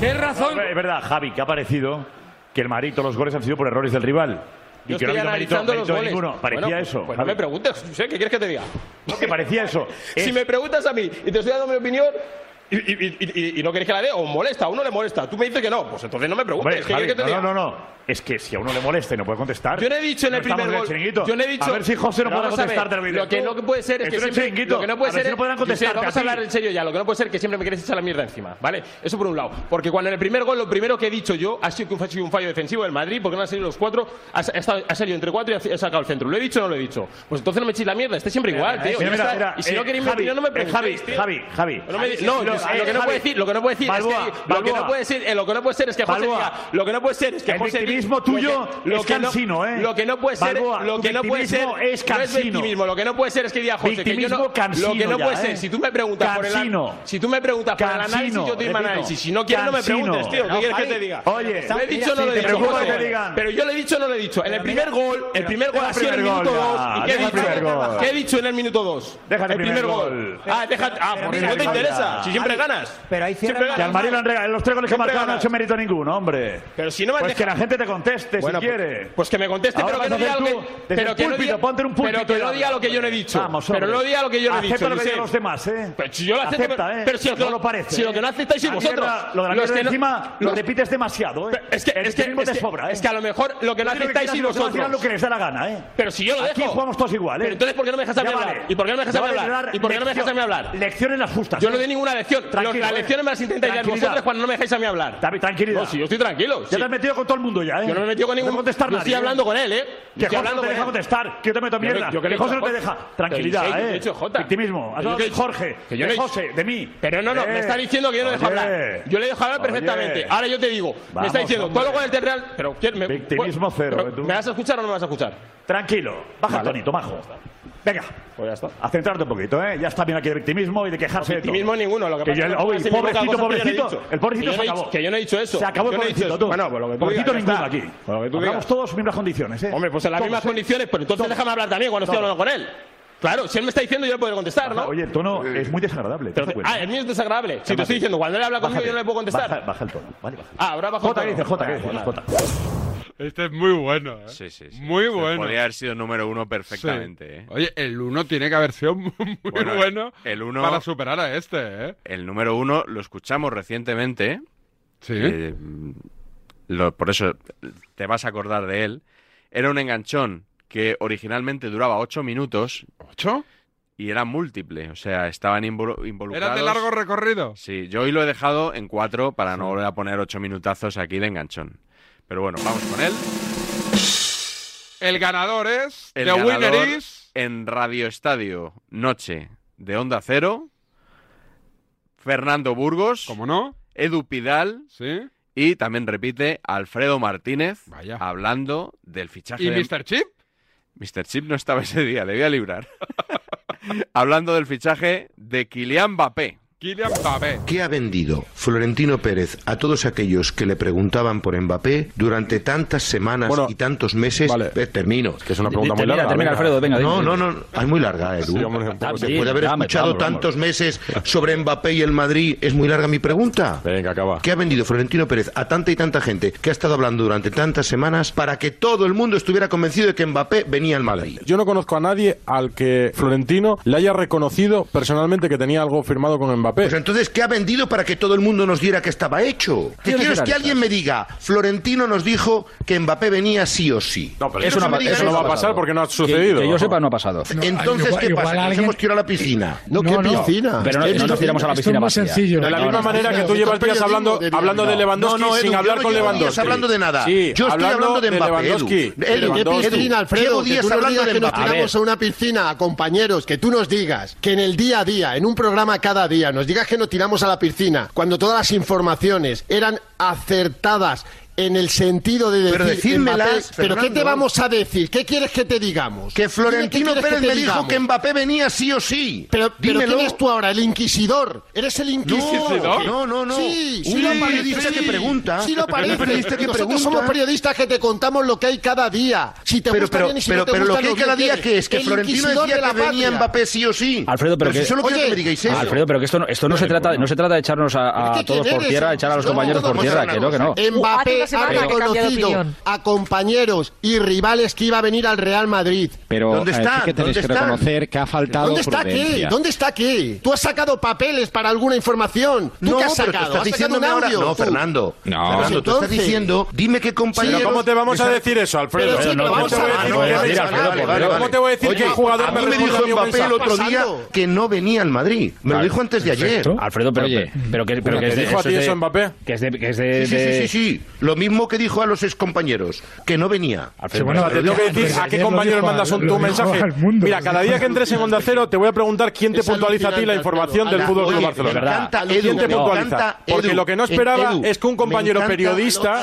¿Qué razón? Es verdad, Javi, que ha parecido que el Madrid, todos los goles han sido por errores del rival. Y Yo que no ha estoy habido mérito, analizando los mérito de goles. ninguno. Parecía Bueno, eso. Pues no Javi. me preguntes, José, ¿qué quieres que te diga? No, que parecía eso. Si me preguntas a mí y te estoy dando mi opinión y, y- y- y- y no quieres que la dé, o molesta, o no le molesta, tú me dices que no, pues entonces no me preguntes. Hombre, ¿qué Javi, quieres que te no, diga? no, no, no. Es que si a uno le molesta y no puede contestar. Yo no he dicho en el estamos primer en gol. chiringuito. Yo no he dicho. A ver si José no Pero puede vamos a ver, contestarte. Alvide. Lo que no puede ser es Esto que en el siempre. chiringuito. Lo que no puede a ver ser si es- no podrán José, contestar. vamos a hablar en serio ya. Lo que no puede ser es que siempre me quieres echar la mierda encima, ¿vale? Eso por un lado. Porque cuando en el primer gol lo primero que he dicho yo ha sido que ha sido un fallo defensivo del Madrid, porque no han salido los cuatro, ha, sa- ha estado- ha salido entre cuatro y ha, ha sacado el centro. ¿Lo he dicho o no lo he dicho? Pues entonces no me echéis la mierda. Esté siempre igual, tío. Mira, Ya mira, está. mira, y si eh, no queréis mi Javi, opinión, no me eh, preguntéis. tío. Javi, Javi, No, me- Javi. no, yo- eh, lo que no Javi, puede decir, lo que no puede decir Balboa, es que lo que no Balboa. puede decir, eh, lo que no puede ser es que José Balboa. diga, lo que no puede ser es que El José diga- victimismo tuyo lo que, lo es que no- cansino, ¿eh? Lo que no puede ser, Balboa, lo tu que no puede ser victimismo no es es cansino. victimismo, lo que no puede ser es que diga José que yo Victimismo no, cansino lo que no ya, puede ¿eh? ser, si tú me preguntas por el an- Cansino. si tú me preguntas por el análisis Cansino, yo te digo repito. análisis, si no quieres no me Cansino. preguntes, tío, ¿qué No, quieres que Javi, te diga? oye, lo he dicho o no lo si he te dicho. preocupa que José? te digan. Pero yo le he dicho o no lo he dicho, en el primer gol, el primer gol ah, ha sido en el deja el minuto primer 2 gol, y qué he deja el primer dicho? gol. ¿Qué he dicho en el minuto 2? Déjate el primer gol. Ah, deja ah, Pero porque mira, no te mira. interesa, si siempre Javi, ganas. Pero ahí Siempre Que al ganas. Madrid lo han regalado. Los tres goles que ha Siempre marcado no ha ganas. hecho mérito ninguno, hombre. Pero si no me Pues deja- que la gente te conteste Bueno, si pues- quiere. Pues que me conteste, pero que no diga lo que- pero que no diga- ponte en un púlpito pero que y no habla. diga lo que yo no he dicho. Vamos, Pero hombre. no diga lo que yo no he dicho, Acepta lo que Josep. digan los demás, ¿eh? Pero si yo lo acepto, Acepta, pero- ¿eh? pero si lo que- no lo parece. si lo que no aceptáis sois La vosotros. mierda- Lo de la Los mierda que no- encima los- lo repites demasiado, ¿eh? Pero es que- El es que- victimismo es te que- sobra, ¿eh? es que a lo mejor lo que no Yo creo aceptáis quieras sois los demás vosotros. hagan lo que les da la gana, ¿eh? Pero si yo lo Aquí dejo. jugamos todos igual, ¿eh? Pero entonces, ¿por qué no me dejas a mí Ya hablar? vale. ¿Y por qué no me dejas a Ya mí vale hablar? dar ¿Y por qué no me dejas a mí hablar? Lecciones las justas. Yo no ¿eh? doy ninguna lección. Lo- Tranquilo, las ¿eh? lecciones me las intentáis dar Tranquilidad. vosotros cuando no me dejáis a mí hablar. David, tranquilidad. No, si yo estoy tranquilo. Ya sí. te has metido con todo el mundo ya, ¿eh? Yo no me he metido con ningún- No contestar yo estoy nadie, hablando con él, ¿eh? Yo Que estoy José hablando no te con deja él. contestar, que yo te meto Yo no- mierda. yo que le he Que José dicho no te a deja. Jota. Tranquilidad, Yo he ¿eh? dicho Jota. Victimismo. Yo Has hablado que he de dicho- Jorge, que yo no de he- José, de mí. Pero no, no, Eh, me está diciendo que yo no dejo oye, hablar. Yo le dejo hablar oye. perfectamente. Ahora yo te digo, me Vamos, está diciendo, hombre. todos los goles del Real. Pero, ¿quién me, Victimismo cero, pero, eh, tú. ¿Me vas a escuchar o no me vas a escuchar? Tranquilo. Baja el Vale. tonito, majo. Venga. Pues ya está. A centrarte un poquito, ¿eh? Ya está bien aquí de victimismo y de quejarse de todo. Victimismo ninguno. Lo que, Que pasa yo- es que uy, se equivoca cosas pobrecito, que yo no he pobrecito. dicho. El pobrecito Que yo no se he acabó. dicho- Que yo no he dicho eso. Se acabó el Yo no he dicho pobrecito, eso. tú. Bueno, pues lo que tú Pobrecito digas, ya ninguno está. aquí. Pues lo que tú Hablamos digas. todos mismas condiciones, ¿eh? Hombre, pues en las Todos, mismas ¿eh? condiciones, pero entonces Todos. déjame hablar también cuando estoy Todos. hablando con él. Claro, si él me está diciendo, yo le puedo contestar, ¿no? Oye, el tono es muy desagradable. ¿te das cuenta? Ah, el mío es desagradable. Si te Cálmate. estoy diciendo, cuando él habla conmigo, Bájate. yo no le puedo Baja, contestar. baja el tono. Vale, baja. Ah, ahora bajo Jota, todo. ¿qué dice Jota? ¿Qué dice Bueno, Jota? Este es muy bueno, ¿eh? Sí, sí, sí. Muy Este bueno. Podría haber sido número uno perfectamente. Sí. ¿eh? Oye, el uno tiene que haber sido muy muy bueno, Bueno, el uno- para superar a este, ¿eh? El número uno lo escuchamos recientemente. Sí. Eh, lo- por eso te vas a acordar de él. Era un enganchón que originalmente duraba ocho minutos. ¿Ocho? Y era múltiple. O sea, estaban involu- involucrados. Era de largo recorrido. Sí, yo hoy lo he dejado en cuatro para no volver a poner ocho minutazos aquí de enganchón. Pero bueno, vamos con él. El ganador es El The ganador Winner is en Radio Estadio Noche de Onda Cero, Fernando Burgos, ¿cómo no? Edu Pidal Sí. y también repite Alfredo Martínez Vaya. hablando del fichaje y de Mr. Chip. Mr. Chip no estaba ese día, le voy a librar. hablando del fichaje de Kylian Mbappé. Kylian Mbappé. ¿Qué ha vendido Florentino Pérez a todos aquellos que le preguntaban por Mbappé durante tantas semanas y tantos meses? Eh, termino. Que es una pregunta muy Termina, larga, termina, venga. Alfredo, venga, No, dime, no, dime. no. Es muy larga, eh, Edu. Sí, hombre, un poco sí. Después de haber Dame, escuchado vamos, tantos meses sobre Mbappé y el Madrid, ¿es muy larga mi pregunta? Venga, acaba. ¿Qué ha vendido Florentino Pérez a tanta y tanta gente que ha estado hablando durante tantas semanas para que todo el mundo estuviera convencido de que Mbappé venía al Madrid? Yo no conozco a nadie al que Florentino le haya reconocido personalmente que tenía algo firmado con Mbappé. Mbappé. Pues entonces, ¿qué ha vendido para que todo el mundo nos diera que estaba hecho? Que Tienes quiero es que que alguien me diga, Florentino nos dijo que Mbappé venía sí o sí. No, pero eso no va- eso no va a pasar porque no ha sucedido. Que yo sepa, no ha pasado. Entonces, Igual- ¿qué igual pasa? ¿Nos alguien- hemos tirado a la piscina? No, No, ¿qué no. piscina? Pero no- no nos tiramos a la piscina vacía. sencillo. De la No, misma no, manera no, que no, tú no, llevas no, días no, hablando, no, no, hablando de no, Lewandowski no, Edu, sin yo hablar no con llevo días Lewandowski. hablando de nada. Sí, Yo estoy hablando de Mbappé, Lewandowski. Edu. de Edu, ¿qué Lewandowski. piscina, Alfredo? Que días tú nos hablando digas de que nos Mbappé. tiramos a una piscina, compañeros, que tú nos digas que en el día a día, en un programa cada día, nos digas que nos tiramos a la piscina, cuando todas las informaciones eran acertadas en el sentido de decir Pero decírmelas, Mbappé, pero ¿qué te Fernando. vamos a decir? ¿Qué quieres que te digamos? Que Florentino ¿Qué quieres Pérez te me dijo digamos? que Mbappé venía sí o sí. Pero, pero Dímelo. ¿quién eres tú ahora? ¿El inquisidor? ¿Eres el inquisidor? No, no, no. Sí, sí, Un lo periodista parece. que pregunta. Sí, lo parece. Un periodista que Nosotros pregunta. somos periodistas que te contamos lo que hay cada día. Si te Pero- gusta pero- bien y si pero- no te pero gusta lo que hay bien cada día bien. que es que El Florentino inquisidor decía de la que venía patria. Mbappé sí o sí. Alfredo, pero, si que, solo quiero que me digáis eso. Alfredo, pero que esto no, esto no se trata, no se trata de echarnos a, a ¿Qué todos quién por eres? tierra, echar a los No, compañeros vamos por a hacer tierra, una que no, que no. cosa. Mbappé ha reconocido a compañeros y rivales que iba a venir al Real Madrid. Pero eh, sí que tenéis que están? reconocer que ha faltado ¿Dónde está aquí? prudencia. ¿Dónde está aquí? Tú has sacado papeles para alguna información. ¿Tú No, qué has pero tú estás sacado? ¿Has sacado un diciéndome ahora- audio? No, tú? Pues Fernando. No. Fernando, tú estás Entonces- diciendo, dime qué compañero. ¿cómo te vamos a decir eso, Alfredo? Pero sí, Pero pero ¿cómo vamos te a voy a Ah, decir no, que vale, eres, vale, Alfredo? vale, vale, ¿Cómo vale. te voy a decir Oye, que el jugador a mí me me responde a mí dijo un Mbappé el mensaje? otro día que no venía al Madrid. Me lo dijo antes de ayer. Perfecto. Alfredo, pero, pero que, pero que ¿Te es de, dijo a ti es de- eso Mbappé? Que es de, que es de- Sí, sí, sí, de- sí, sí. Lo mismo que dijo a los excompañeros, que no venía. Sí, bueno, te tengo que decir a qué compañeros mandas un, tu mensaje. Mira, cada día que entres en Onda Cero te voy a preguntar quién te puntualiza a ti la información del Fútbol Club Barcelona. ¿Quién te puntualiza? Porque lo que no esperaba es que un compañero periodista,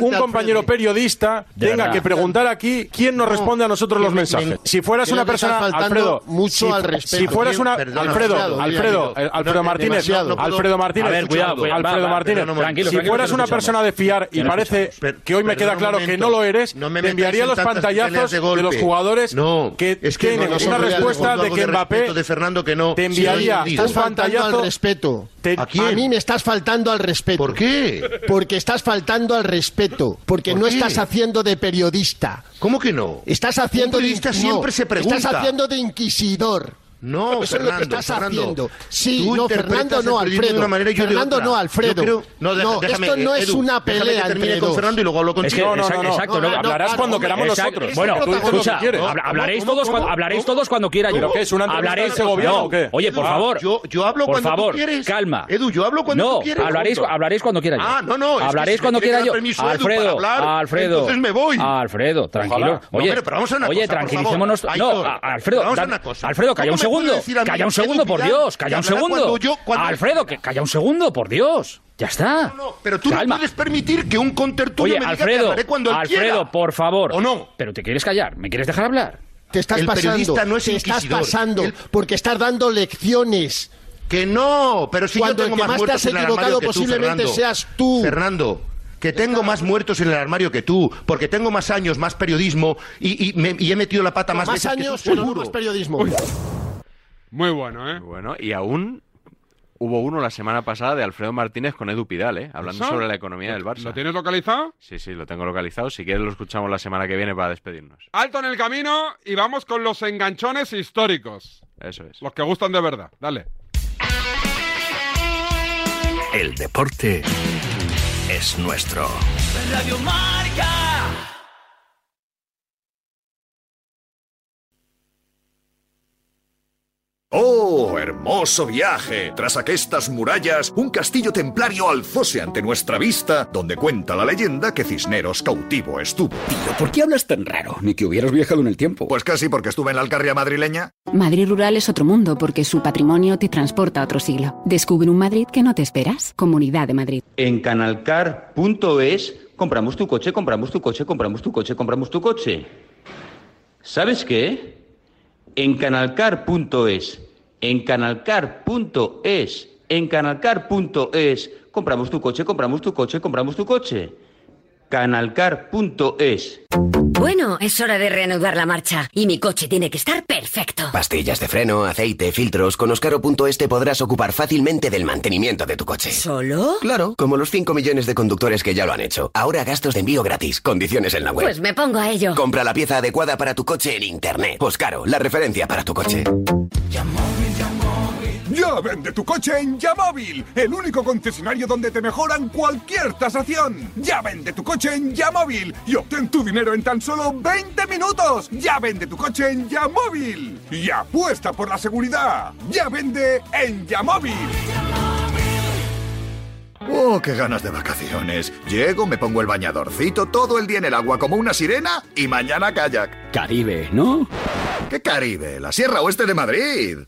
un compañero periodista De tenga verdad. que preguntar aquí quién nos responde a nosotros los me- mensajes. me- Si fueras creo una que estás persona, faltando Alfredo, mucho si- al si respeto. fueras una Perdón, Alfredo, demasiado, Alfredo, demasiado. eh, Alfredo No, Martínez, demasiado, no puedo- Alfredo Martínez, A ver, cuidado, cuidado, Alfredo va, va, Martínez, tranquilo, tranquilo, si que fueras lo una escuchamos. persona de fiar Que y lo parece escuchamos. que hoy me Perdona queda un claro que momento. no lo eres, No me te metáis enviaría en los tantas pantallazos peleas de de, los golpe. jugadores No, que es que tienen no, no, una no, respuesta no, de no, que de respeto Mbappé de Fernando que no si lo te he enviaría entendido. un faltando pantallazo al respeto. Te- ¿A, mí me estás faltando al respeto. ¿Por qué? Porque estás faltando al respeto. Porque ¿Por no qué? estás haciendo de periodista. ¿Cómo que no? Estás haciendo Un periodista de, siempre se pregunta. Estás haciendo de inquisidor. No, Eso es lo Fernando, que estás Fernando. haciendo. Sí, Tú no, interpretas Fernando el no, periodismo de Alfredo. una manera y yo de Fernando otra. no, Yo Alfredo. creo- no, deja- déjame, esto no eh, es Edu, una déjame que pelea termine entre con dos. Fernando y luego hablo Es que- contigo. Exacto, exacto. no, hablarás no, cuando hombre, queramos exacto. nosotros. Bueno, Tú tú, protagonismo escucha, quieres. habla- ¿Cómo, hablaréis cómo, todos cómo, cuando hablaréis todos cuando quieras. ¿Pero yo. qué, es una entrevista hablaréis de gobierno no, o qué? Oye, por Ah, favor. yo- yo hablo por cuando tú favor, quieres. calma. Edu, yo hablo cuando no, tú quieres, Hablaréis, punto. hablaréis cuando quieras. Ah, no, no, es que Hablaréis si me tiene cuando que quiera dar yo. permiso Edu para Alfredo, hablar, Alfredo. entonces me voy. Alfredo, tranquilo. No, Oye, hombre, pero vamos a una oye, cosa, por tranquilicémonos. favor. No, Aitor, a- Alfredo, vamos a dan- una cosa. Alfredo, calla ¿Cómo me un puede segundo. decir a mí Calla un Edu segundo, por Pidal Dios. que Calla un hablará segundo. cuando yo- cuando- Alfredo, que calla un segundo, por Dios. Ya está. Pero tú Calma. no puedes permitir que un contertulio Oye, me diga que Alfredo, hablaré cuando él Alfredo, quiera. por favor. ¿O no? Pero te quieres callar, me quieres dejar hablar. Te estás El pasando. periodista no es te estás inquisidor. pasando El- porque estás dando lecciones. Que no, pero si yo Cuando tengo el que más más te muertos has en el armario equivocado que tú, posiblemente Fernando. seas tú. Fernando, que tengo más muertos en el armario que tú, porque tengo más años, más periodismo y, y me- y he metido la pata más, más veces que tú, años, pero no seguro. más periodismo. Muy bueno, ¿eh? Bueno, y aún hubo uno la semana pasada de Alfredo Martínez con Edu Pidal, ¿eh? Hablando ¿Eso? sobre la economía del Barça. ¿Lo tienes localizado? Sí, sí, lo tengo localizado. Si quieres lo escuchamos la semana que viene para despedirnos. Alto en el camino y vamos con los enganchones históricos. Eso es. Los que gustan de verdad. Dale. El deporte es nuestro. Radio Marca. Oh, hermoso viaje. Tras aquestas murallas, un castillo templario alzóse ante nuestra vista, donde cuenta la leyenda que Cisneros cautivo estuvo. Tío, ¿por qué hablas tan raro? Ni que hubieras viajado en el tiempo. Pues casi porque estuve en la Alcarria madrileña. Madrid rural es otro mundo porque su patrimonio te transporta a otro siglo. Descubre un Madrid que no te esperas. Comunidad de Madrid. En canalcar.es compramos tu coche, compramos tu coche, compramos tu coche, compramos tu coche. ¿Sabes qué? En canalcar.es, en canalcar.es, en canalcar.es compramos tu coche, compramos tu coche, compramos tu coche. canalcar.es Bueno, es hora de reanudar la marcha y mi coche tiene que estar perfecto. Pastillas de freno, aceite, filtros. Con Oscaro.es te podrás ocupar fácilmente del mantenimiento de tu coche. ¿Solo? Claro, como los 5 millones de conductores que ya lo han hecho. Ahora gastos de envío gratis. Condiciones en la web. Pues me pongo a ello. Compra la pieza adecuada para tu coche en internet. Oscaro, la referencia para tu coche. Ya vende tu coche en Yamóvil, el único concesionario donde te mejoran cualquier tasación. Ya vende tu coche en Yamóvil y obtén tu dinero en tan solo 20 minutos. Ya vende tu coche en Yamóvil y apuesta por la seguridad. Ya vende en Yamóvil. Oh, qué ganas de vacaciones. Llego, me pongo el bañadorcito todo el día en el agua como una sirena y mañana kayak. Caribe, ¿no? ¿Qué Caribe? La Sierra Oeste de Madrid.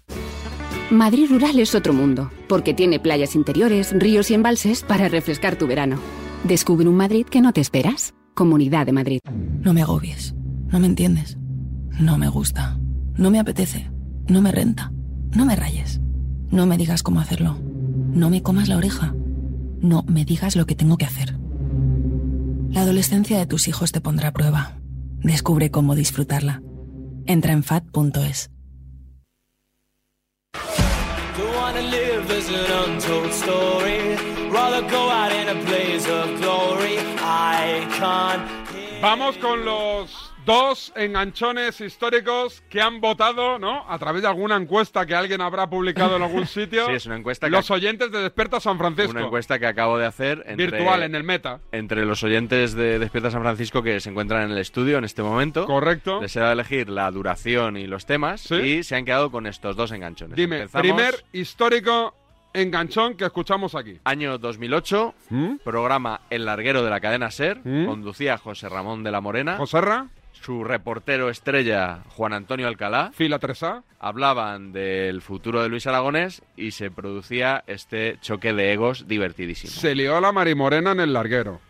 Madrid Rural es otro mundo, porque tiene playas interiores, ríos y embalses para refrescar tu verano. Descubre un Madrid que no te esperas. Comunidad de Madrid. No me agobies. No me entiendes. No me gusta. No me apetece. No me renta. No me rayes. No me digas cómo hacerlo. No me comas la oreja. No me digas lo que tengo que hacer. La adolescencia de tus hijos te pondrá a prueba. Descubre cómo disfrutarla. Entra en fat.es. Don't wanna live as an untold story. Rather go out in a blaze of glory. I can't. Vamos con los dos enganchones históricos que han votado, ¿no? A través de alguna encuesta que alguien habrá publicado en algún sitio. Sí, es una encuesta que- Los oyentes de Desperta San Francisco. Una encuesta que acabo de hacer entre- Pues virtual en el meta. entre los oyentes de Despierta San Francisco que se encuentran en el estudio en este momento. Correcto. Les he dado a elegir la duración y los temas y se han quedado con estos dos enganchones. Dime, Empezamos primer histórico enganchón que escuchamos aquí. Año 2008, programa El Larguero de la cadena SER, ¿Mm? conducía José Ramón de la Morena. ¿Joserra? Su reportero estrella, Juan Antonio Alcalá. Fila 3A. Hablaban del futuro de Luis Aragonés y se producía este choque de egos divertidísimo. Se lió la marimorena en el larguero.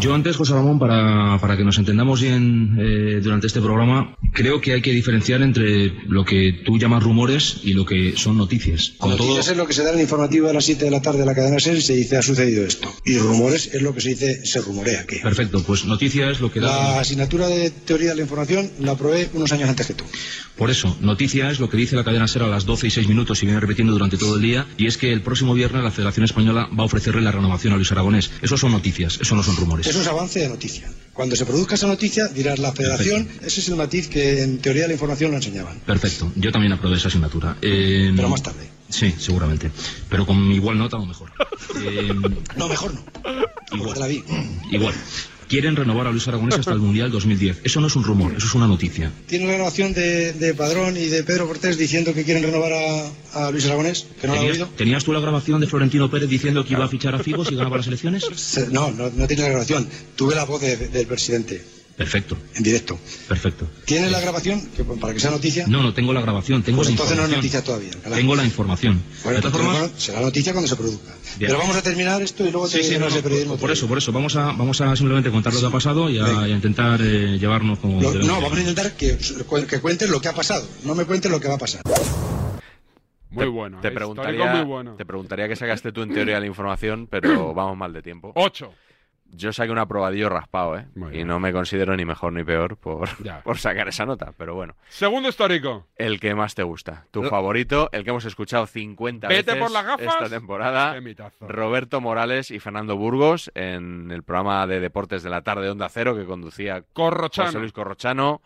Yo antes, José Ramón, para, para que nos entendamos bien eh, durante este programa, creo que hay que diferenciar entre lo que tú llamas rumores y lo que son noticias. Con todo, Noticias es lo que se da en el informativo a las 7 de la tarde de la cadena SER y se dice ha sucedido esto. Y rumores es lo que se dice, se rumorea. que perfecto, pues noticias es lo que Ah. La da... asignatura de teoría de la información la aprobé unos años antes que tú. Por eso, noticias es lo que dice la cadena SER a las 12 y 6 minutos y viene repitiendo durante todo el día, y es que el próximo viernes la Federación Española va a ofrecerle la renovación a Luis Aragonés. Eso son noticias, eso no son rumores. Eso es avance de noticia. Cuando se produzca esa noticia, dirás la federación, ese es el matiz que en teoría de la información lo enseñaban. Perfecto, yo también aprobé esa asignatura. Eh, Pero más tarde. Sí, seguramente. Pero con igual nota o mejor. Eh, No, mejor no. igual. Pues Te la vi. Igual. Quieren renovar a Luis Aragonés hasta el Mundial 2010. Eso no es un rumor, eso es una noticia. Tiene renovación de, de Padrón y de Pedro Cortés diciendo que quieren renovar a, a Luis Aragonés, que no lo ha ¿Tenías, oído. tenías tú la grabación de Florentino Pérez diciendo que iba a fichar a Figo si ganaba las elecciones? Se- No, no, no tiene la grabación. Tuve la voz de- del presidente. Perfecto. En directo. Perfecto. ¿Tiene la grabación? Que, pues, para que sea noticia. No, no tengo la grabación, tengo Pues la entonces no es información. noticia todavía. Claro. Tengo la información. Bueno, De todas pues, formas- bueno, será noticia cuando se produzca. Bien. Pero vamos a terminar esto y luego Sí, te sí, no, nos no, despedimos. por eso, por eso. Vamos a, vamos a simplemente contar lo que ha pasado y a, y a intentar eh, llevarnos como Lo- debemos. no, vamos a intentar que, que cuentes lo que ha pasado. No me cuentes lo que va a pasar. Muy Te- bueno, Te eh, preguntaría, histórico muy bueno. te preguntaría que sacaste tú en teoría de la información, pero vamos mal de tiempo. Ocho. Yo saqué un aprobadillo raspado, ¿eh? Y no me considero ni mejor ni peor por, por sacar esa nota, pero bueno. Segundo histórico. El que más te gusta, tu Lo- favorito, el que hemos escuchado 50 Vete veces por las gafas. esta temporada. Qué mitazo. Roberto Morales y Fernando Burgos en el programa de deportes de la tarde Onda Cero que conducía Corrochano. José Luis Corrochano.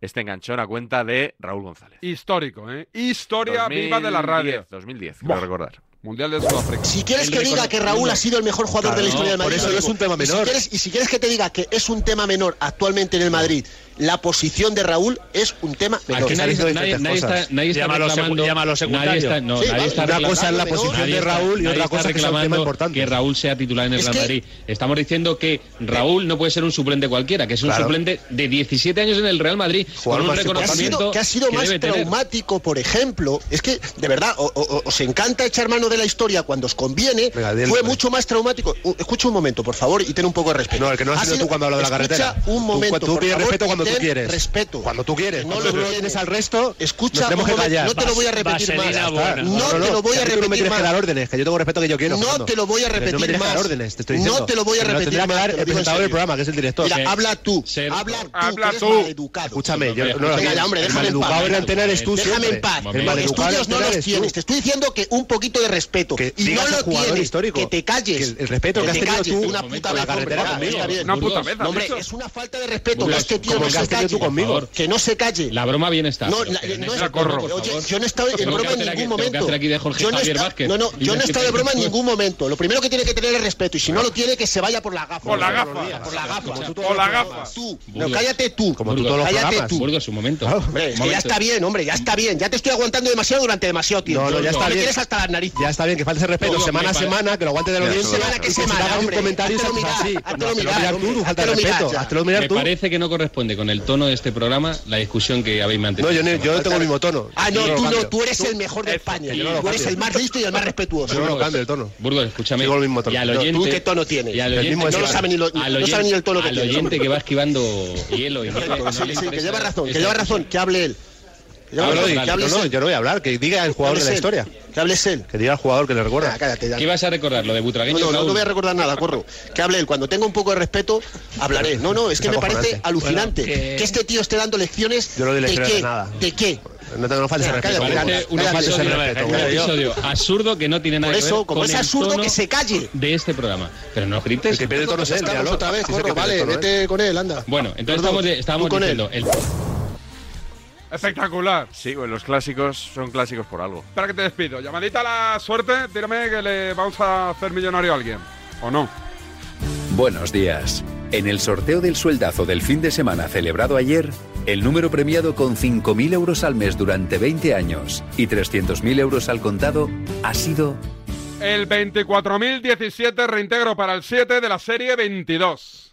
Este enganchón a cuenta de Raúl González. Histórico, ¿eh? Historia viva de la radio. 2010, quiero recordar. Mundial de Sudáfrica. Si ¿Quieres que diga que Raúl ha sido el mejor jugador de la historia del Madrid? Lo digo. Y si quieres- y si quieres que te diga que es un tema menor actualmente en el Madrid, la posición de Raúl es un tema menor. Aquí nadie, nadie- nadie está, nadie está reclamando. nadie está, no, Sí, nadie vale. está Una reclamando- cosa es la nadie posición de está- Raúl y nadie otra está cosa es que sea un tema reclamando importante. que Raúl sea titular en el Es Real que- Madrid. Estamos diciendo que Raúl no puede ser un suplente cualquiera, que es un Claro. suplente de 17 años en el Real Madrid Jugador con un más importante. reconocimiento que ha sido, que ha debe sido más tener. traumático, por ejemplo, es que de verdad o- o- o- os encanta echar mano de la historia cuando os conviene. fue mucho más traumático. U- Escucha un momento, por favor, y ten un poco de respeto. No, el que no has sido tú cuando hablas de la carretera. un Tú- momento. tú por pides favor, respeto y cuando tú ten quieres. Respeto. Cuando tú quieres. No Cuando lo tú no tienes tienes al resto. Escucha, Nos tenemos un que momento, callar. No te lo voy a repetir más. Vaselina buena. No te lo voy a Tú no me repetir tienes que más. dar órdenes, que yo tengo respeto que yo quiero. No Fernando. te lo voy a Pero repetir No me tienes que más. dar órdenes, te estoy No diciendo. te lo voy a Pero repetir tendría que más, dar te lo el digo en presentador del serio. programa, que es el director. Mira, habla tú, habla tú, que eres maleducado. Escúchame, yo no Venga, ya, hombre, el déjame en paz. maleducado en antena eres tú Déjame siempre. en paz. El Los maleducado en estudios no antena los eres tú. tienes. Te estoy diciendo que un poquito de respeto. y no digas a lo jugador tienes, histórico. que te calles. Que el- el respeto que te has tenido calles tú una en un puta momento vez con la hombre, carretera ya, conmigo. está bien. Una puta vez, has Hombre, dicho. es una falta de respeto. Burlas, que este tío como no el que se has tenido calle. tú conmigo. Por favor, Que no se calle. La broma bien está. No, pero la- eh, que en no ese es- corro, por Oye, favor. yo no he estado en Tengo que broma en hacer aquí- ningún tengo que momento. hacer aquí de Jorge yo no he Javier estado- Vázquez. No, no, Y yo me no he hace estado de broma en pensar- ningún momento. Lo primero que tiene que tener es respeto. Y si no lo tiene, que se vaya por la gafa. Por la Todos los gafa. días, Por la gafa. Como tú Tú, todos los Tú. Burgos. No, cállate tú. Como tú todos los cállate programas. tú. Burgos, un momento. Hombre, es que ya está bien, hombre, ya está bien. Ya te estoy aguantando demasiado durante demasiado tiempo. No, no, ya está Me bien. tienes hasta las narices. Ya está bien, que falte ese respeto Burgos, semana a me parece. semana, que lo aguante de la Ya, audiencia. semana que y semana, si hagas un hombre, comentario háztelo y mirar, así. háztelo Hazlo mirar, mirar hombre, tú, falta de háztelo mirar respeto. ya. Hazlo mirar Me tú. parece que no corresponde con el tono de este programa la discusión que habéis mantenido. No, yo no- yo no tengo el mismo tono. Ah, no, Yo tú lo no, cambio. tú eres el mejor de España. yo no lo Tú eres cambio. el más listo y el más respetuoso. Yo no lo cambio el tono. Burgos, escúchame. Sigo el mismo tono. Y al No, ¿tú oyente, qué tono tienes? Y al El oyente, mismo de que- siempre. No lo sabe ni lo- al no oyente- sabe ni el tono que Al tiene. oyente que va esquivando hielo y no, le- no Sí, le sí, que interesa lleva razón, que esa lleva razón, que hable él. Que lleva No, no, razón, y- que hable no, no, él. yo no voy a hablar, que diga el jugador Que de hables la él. historia. Que hables él. Que diga el jugador que le recuerda. Ah, cállate, ya. ¿Qué vas a recordar? ¿Lo de Butragueño? No, no, no, Raúl? no voy a recordar nada, corro. Que hable él. Cuando tenga un poco de respeto, hablaré. No, no, es que Es me parece acojonante. alucinante Bueno, que- que este tío esté dando lecciones Yo no doy de lecciones qué, de nada. de qué. No te no falte ese Mira, cállate, respeto. Burgos. Parece un No falte ese episodio, respeto, un hombre. Yo- episodio absurdo que no tiene nada Por que eso, ver como con es el absurdo, tono que se calle. de este programa. Pero no grites. Que pierde el tono es él, míralo. Otra vez, Sí, sí, que corro, pierde el vale, tono, ¿eh? vete con él, anda. Bueno, entonces Gordo, estamos, de- estábamos tú con él. diciendo... El... Espectacular. Sí, pues los clásicos son clásicos por algo. Espera que te despido. Llamadita a la suerte, tírame que le vamos a hacer millonario a alguien. ¿eh? ¿O no? Buenos días. En el sorteo del sueldazo del fin de semana celebrado ayer, el número premiado con 5.000 euros al mes durante 20 años y 300.000 euros al contado ha sido El 24.017 reintegro para el 7 de la serie 22.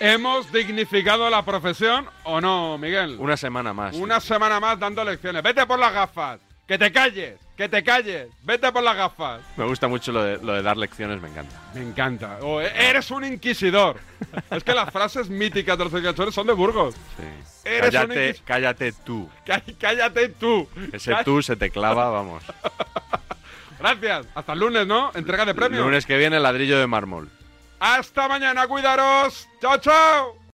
¿Hemos dignificado la profesión o no, Miguel? Una semana más. Una semana más dando lecciones. Vete por las gafas. Que te calles. Que te calles. Vete por las gafas. Me gusta mucho lo de, lo de dar lecciones, me encanta. Me encanta. O, "E- eres un inquisidor. es que las frases míticas de los inquisidores son de Burgos. Eres un Cállate, inquis- cállate tú. Cá- Cállate tú. Ese Cá- tú se te clava, vamos. Gracias. Hasta el lunes, ¿no? Entrega de premios. Lunes que viene, ladrillo de mármol. Hasta mañana. Cuidaros. Chao, chao.